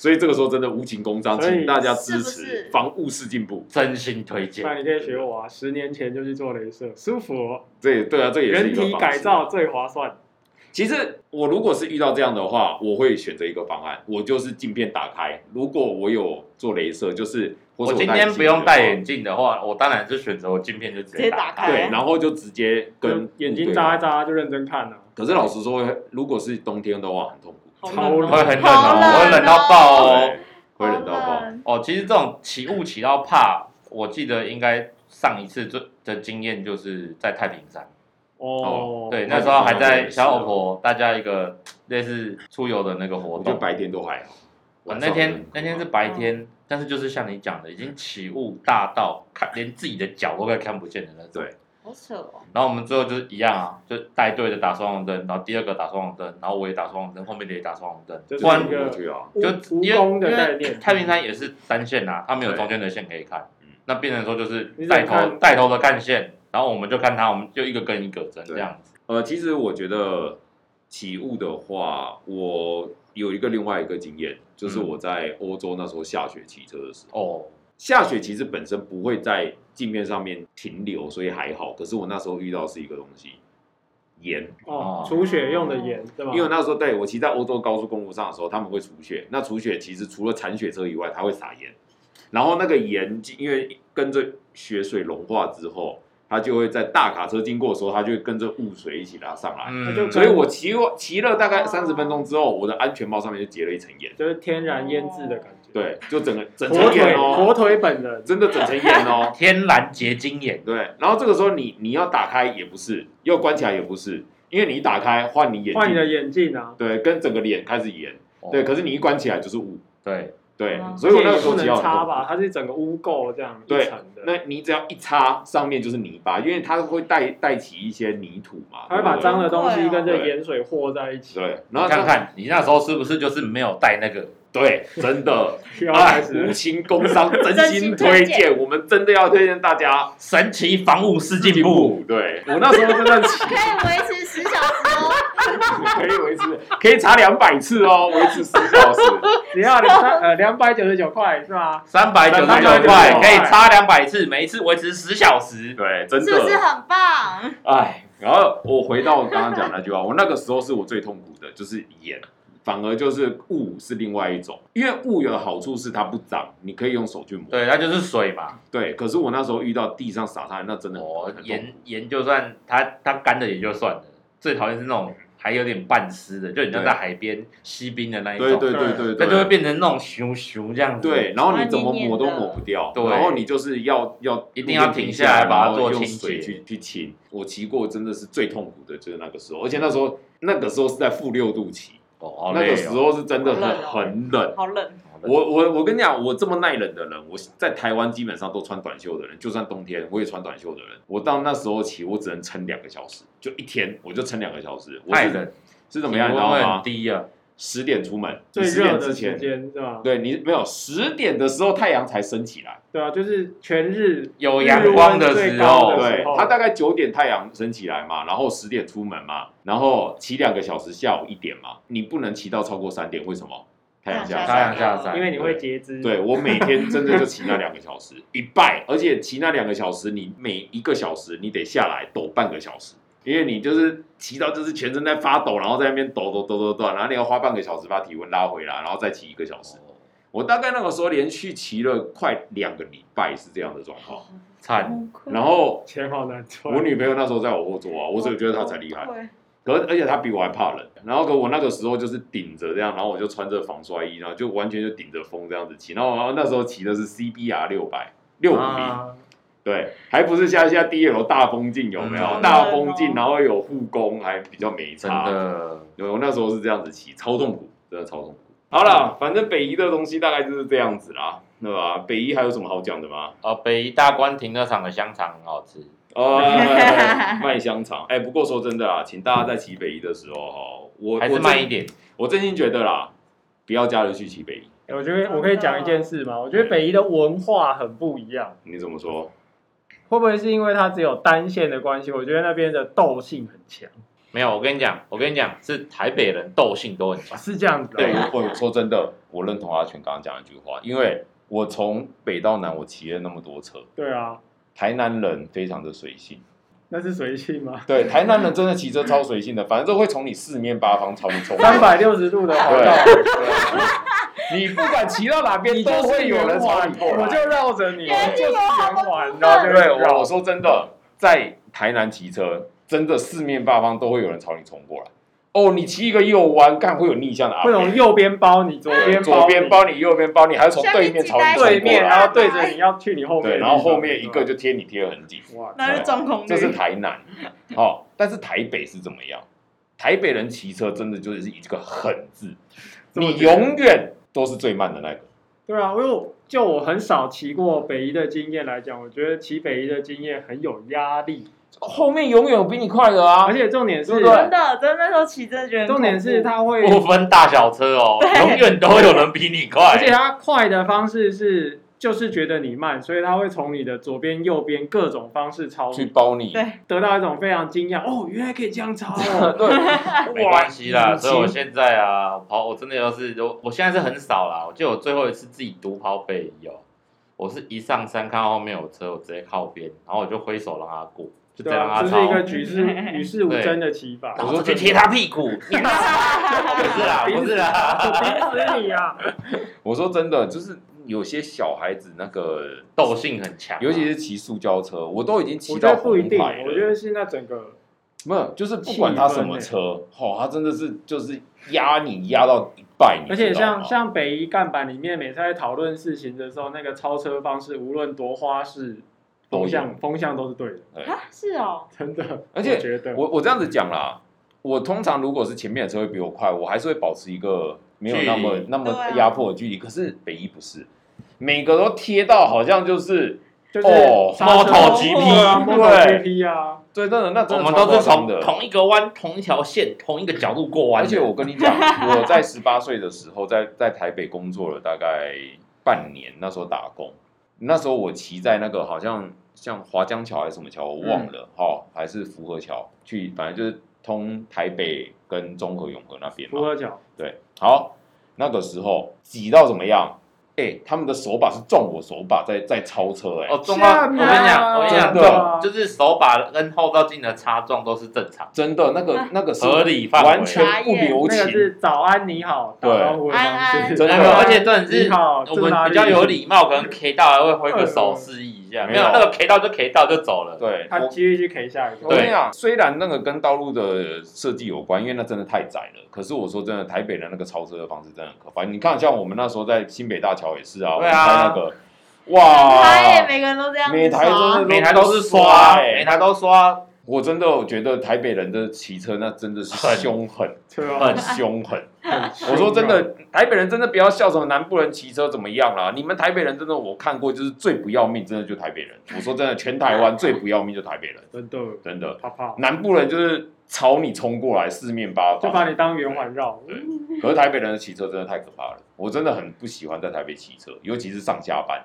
所以这个时候真的无情工伤，所以请大家支是不持是防雾式进步。 <laughs> 真心推荐那。你可以学我啊，十年前就去做镭射，舒服哦，这也对啊，这也是人一个体方改式。造最划算。其实我如果是遇到这样的话，我会选择一个方案，我就是镜片打开。如果我有做镭射，就是或我是今戴眼天镜不用的戴话眼镜的话，我当然是选择我镜片就直直接打打开。开对，然后就直接跟就哎眼对啊睛眨一眨就认真看了、哦可是老实说，如果是冬天的话，很痛苦，好超冷会哦，很冷好哦，冷哦我会冷到爆哦对。，会冷到好爆。冷。哦，其实这种起雾起到怕，我记得应该上一次最的经验就是在太平山。哦，对，那那时候还那我也是在小老婆大家一个类似出游的那个活我觉得动。白天都还好。我晚那上天那很天是恐白天，但是就是像你讲的，已经起雾大到看连自己的脚都快看不见的那种。对好扯哦，然后我们最后就是一样啊，就带队的打双红灯，然后第二个打双红灯，然后我也打双红灯，后面的也打双红灯，就是怖不然就一个是过去啊，蜈就蜈蚣的概因为念，嗯太平山也是单线呐、啊，它没有对中间的线可以看嗯，那变成说就是你只带能头看带头的干线，然后我们就看它，我们就一个跟一个针对这样子。呃，其实我觉得起雾的话，我有一个另外一个经验，就是嗯我在欧洲那时候下雪骑车的时候。哦，下雪其实本身不会在镜面上面停留，所以还好。可是我那时候遇到是一个东西，盐，哦，除血用的盐，对吧？因为我那时候对我骑在欧洲高速公路上的时候，他们会除雪。那除雪其实除了铲雪车以外，它会撒盐，然后那个盐因为跟着雪水融化之后，它就会在大卡车经过的时候，它就会跟着雾水一起拉上来。嗯，就所以我骑过骑了大概三十分钟之后，我的安全帽上面就结了一层盐，就是天然腌制的感觉。，对，就整个整火层腿盐火哦，腿本人，真的整层盐哦。天然结晶眼，对，然后这个时候你你要打开也不是，要关起来也不是，因为你一打开换你眼换你的哦睛，眼镜啊，对，跟整个脸开始演，对，可是你一关起来就是雾，哦对，对，嗯所以我那而个且时也候不只要很能擦多吧，它是整个污垢这样一对层的，那你只要一擦，上面就是泥巴，因为它会带带起一些泥土嘛，它会把对不对脏的东西跟这对盐水和在一起，对，然你后看看你那时候是不是就是没有带那个？对，真的，又要哎开，始 <laughs> 无情工伤，真真心心推推荐，我们真的要推荐大家神奇防雾是进步，步。对我那时候真的起可以维持十小时哦。可以维持，可以擦两百次哦，维持十小时。只要两三呃两百九十九块是吗？三百九十九399块可以擦两百次，每一次维持十小时。对，真的。是不是很棒？哎，然后我回到我刚刚讲那句话，我那个时候是我最痛苦的，就是盐，反而就是雾是另外一种，因为雾有的好处是它不脏，你可以用手去抹。对，它就是水嘛。对可是我那时候遇到地上撒上来，那真的很哦很，痛苦盐盐就算它它干的也就算了，最讨厌是那种还有点半湿的，就你像对在海边吸冰的那一对种，对对对它就对。会变成那种熊熊这样子。对，然后你黏怎么黏抹都的抹不掉，对然后你就是要要一定要路边停停下来把它然后做用清水洁去去清。我骑过真的是最痛苦的就是那个时候，而且那时候那个时候是在负六度骑，哦，好那累个哦时候是真的很好冷哦很冷，好冷，我我我跟你讲，我这么耐冷的人，我在台湾基本上都穿短袖的人，就算冬天我也穿短袖的人。我到那时候起，我只能撑两个小时，就一天我就撑两个小时。我太是冷，是怎么样，你体知温道会吗很？低啊，十点出门，最十热点的之时前，间是吧？对你没有十点的时候太阳才升起来，对啊，就是全日有阳光的日温最时高候，的哦对，它大概九点太阳升起来嘛，然后十点出门嘛，然后骑两个小时，下午一点嘛，你不能骑到超过三点，为什么？太阳下山。太阳下山因为你会截肢。对我每天真的就骑那两个小时，一拜，而且骑那两个小时，你每一个小时你得下来抖半个小时，因为你就是骑到就是全身在发抖，然后在那边抖抖抖抖抖，然后你要花半个小时把体温拉回来，然后再骑一个小时。我大概那个时候连续骑了快两个礼拜是这样的状况，惨， <laughs> 然后钱好难赚。我女朋友那时候在我后座啊，我只有觉得她才厉害。对，可是而且他比我还怕冷，然后可我那个时候就是顶着这样，然后我就穿着防摔衣，然后就完全就顶着风这样子骑，然后然后那时候骑的是 CBR 六百六五零，啊，对，还不是像现在第一楼大风镜有没有、嗯大风镜，然后有护弓，还比较没真差，的。对，我那时候是这样子骑，超痛苦，真的超痛苦。好了，反正北移的东西大概就是这样子啦，对吧？北移还有什么好讲的吗？哦，北宜大观停车场的香肠很好吃，呃，卖香肠，哎、不过说真的啦，请大家在骑北移的时候哈，我还我是真慢一点。我真心觉得啦，不要假日去骑北宜。哎我觉得我可以讲一件事嘛，我觉得北宜的文化很不一样，你怎么说？会不会是因为它只有单线的关系？我觉得那边的斗性很强，没有，我跟你讲，我跟你讲，是台北人斗性都很强。啊是这样子、对，哦。我说真的，我认同阿全刚刚讲的一句话，因为我从北到南，我骑了那么多车，对啊，台南人非常的随性，那是随 <laughs> 性吗？对，台南人真的骑车超随性的，反正会从你四面八方朝你 <laughs> 冲三来。百六十度的环绕， <laughs> 对，你不管骑到哪 <laughs> 边，都会有人朝你过来。我就绕着你，原我地就是有好圆多环，部分然后就对，会我绕我。说真的，在台南骑车，真的四面八方都会有人朝你冲过来。哦，你骑一个右弯，看会有逆向的阿会伯从右边包你，左边左边包包你，右边包你，还要从对面朝你你，冲过来对面，然后对着你要去你后面的对，地然方，后后面一个就贴你贴得很紧，哇，那是中空这是绿，台南， <laughs> 哦，但是台北是怎么样？台北人骑车真的就是一个狠字，这么你觉得永远都是最慢的那个。对啊，因为我就我很少骑过北移的经验来讲，我觉得骑北移的经验很有压力，后面永远有比你快的啊而！且重点是，对不对真的，真的那时候骑真的觉得很重点恐是怖它会，不分大小车 <laughs> 哦，对永远都会有人比你快。而且它快的方式是，就是觉得你慢，所以它会从你的左边、右边各种方式超去你，包你，对得到一种非常惊讶，哦，原来可以这 <laughs> 样超哦，对，没关系啦，哇所以我现在啊，我跑我真的要是我我现在是很少啦，我记得我最后一次自己独跑北移哦，我是一上山看到后面有车，我直接靠边，然后我就挥手让他过，就再对让啊，他这超是一，个举世与世无争的骑法，然我后说我就去贴他屁股，你妈啊不是啦，不是 <laughs> 啦，我顶死你啊！我说真的，就是有些小孩子那个，斗性很强啊，尤其是骑塑胶车，我都已经骑 <laughs> 我觉到得不一红定，牌我觉了。得是那整个没有，就是不管他什么车，欸哦，他真的是就是压你压到一半，你而知道且像吗像北一干板里面，每次在讨论事情的时候，那个超车方式无论多花式，都有风向风向都是对的，啊，是哦，真的。而且我觉得我我这样子讲啦，我通常如果是前面的车会比我快，我还是会保持一个没有那么距离那么对啊压迫的距离。可是北一不是，每个都贴到好像就是就是哦刹车 MotoGP 对啊对，MotoGP 啊，对，真的那真我的们超都是夸张从的。同一个弯、同一条线、同一个角度过弯而的，且我跟你讲，我在十八岁的时候，在在台北工作了大概半年，那时候打工，那时候我骑在那个好像像华江桥还是什么桥，我忘嗯了，哦，还是福和桥，去反正就是通台北跟中和永和那边嘛不。合脚，对，好，那个时候挤到怎么样？哎、他们的手把是撞我手把在在超车、哎、哦撞到，我吓跟你尿讲，我跟你讲，真的撞就是手把跟后照镜的擦撞都是正常，真的那个那个是啊合理范围完全不留那个情，是早安你好，打对招呼的方安安 <laughs> 式，真的没有而且重点是你好，我们比较有礼貌，可能 K 到还会挥个手示意一一下，没没有有那个 K 到就 K 到就走了。对，他我继续去 K 下一我个。跟你讲，虽然那个跟道路的设计有关，因为那真的太窄了。可是我说真的，台北的那个超车的方式真的很可怕。你看，像我们那时候在新北大桥也是啊，我对们啊开那个，他也哇，每个人都这样子每台都刷是每台都是刷，欸每台都刷，我真的觉得台北人的骑车那真的是很凶 <laughs> 狠，对很啊，凶狠。很我说真凶啊，的，台北人真的不要笑什么南部人骑车怎么样啦。你们台北人真的我看过，就是最不要命，真的就台北人。我说真的，全台湾最不要命就台北人，真的真的。啪啪，南部人就是朝你冲过来，四面八方，就把你当圆环绕。对可是台北人的骑车真的太可怕了，我真的很不喜欢在台北骑车，尤其是上下班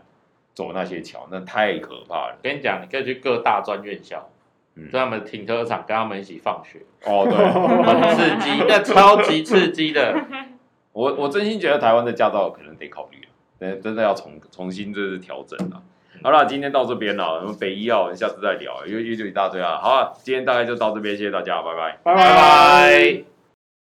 走那些桥，那太可怕了我。跟你讲，你可以去各大专院校，嗯在他们停车场跟他们一起放学，哦，对， <laughs> <laughs> 很刺激，那超级刺激的。我我真心觉得台湾的驾照可能得考虑了，真真的要重重新就是调整了。好了，今天到这边了，我们北医啊，我们下次再聊，因为因为就一大堆啊。好啊，今天大概就到这边，谢谢大家，拜拜。拜拜拜。拜。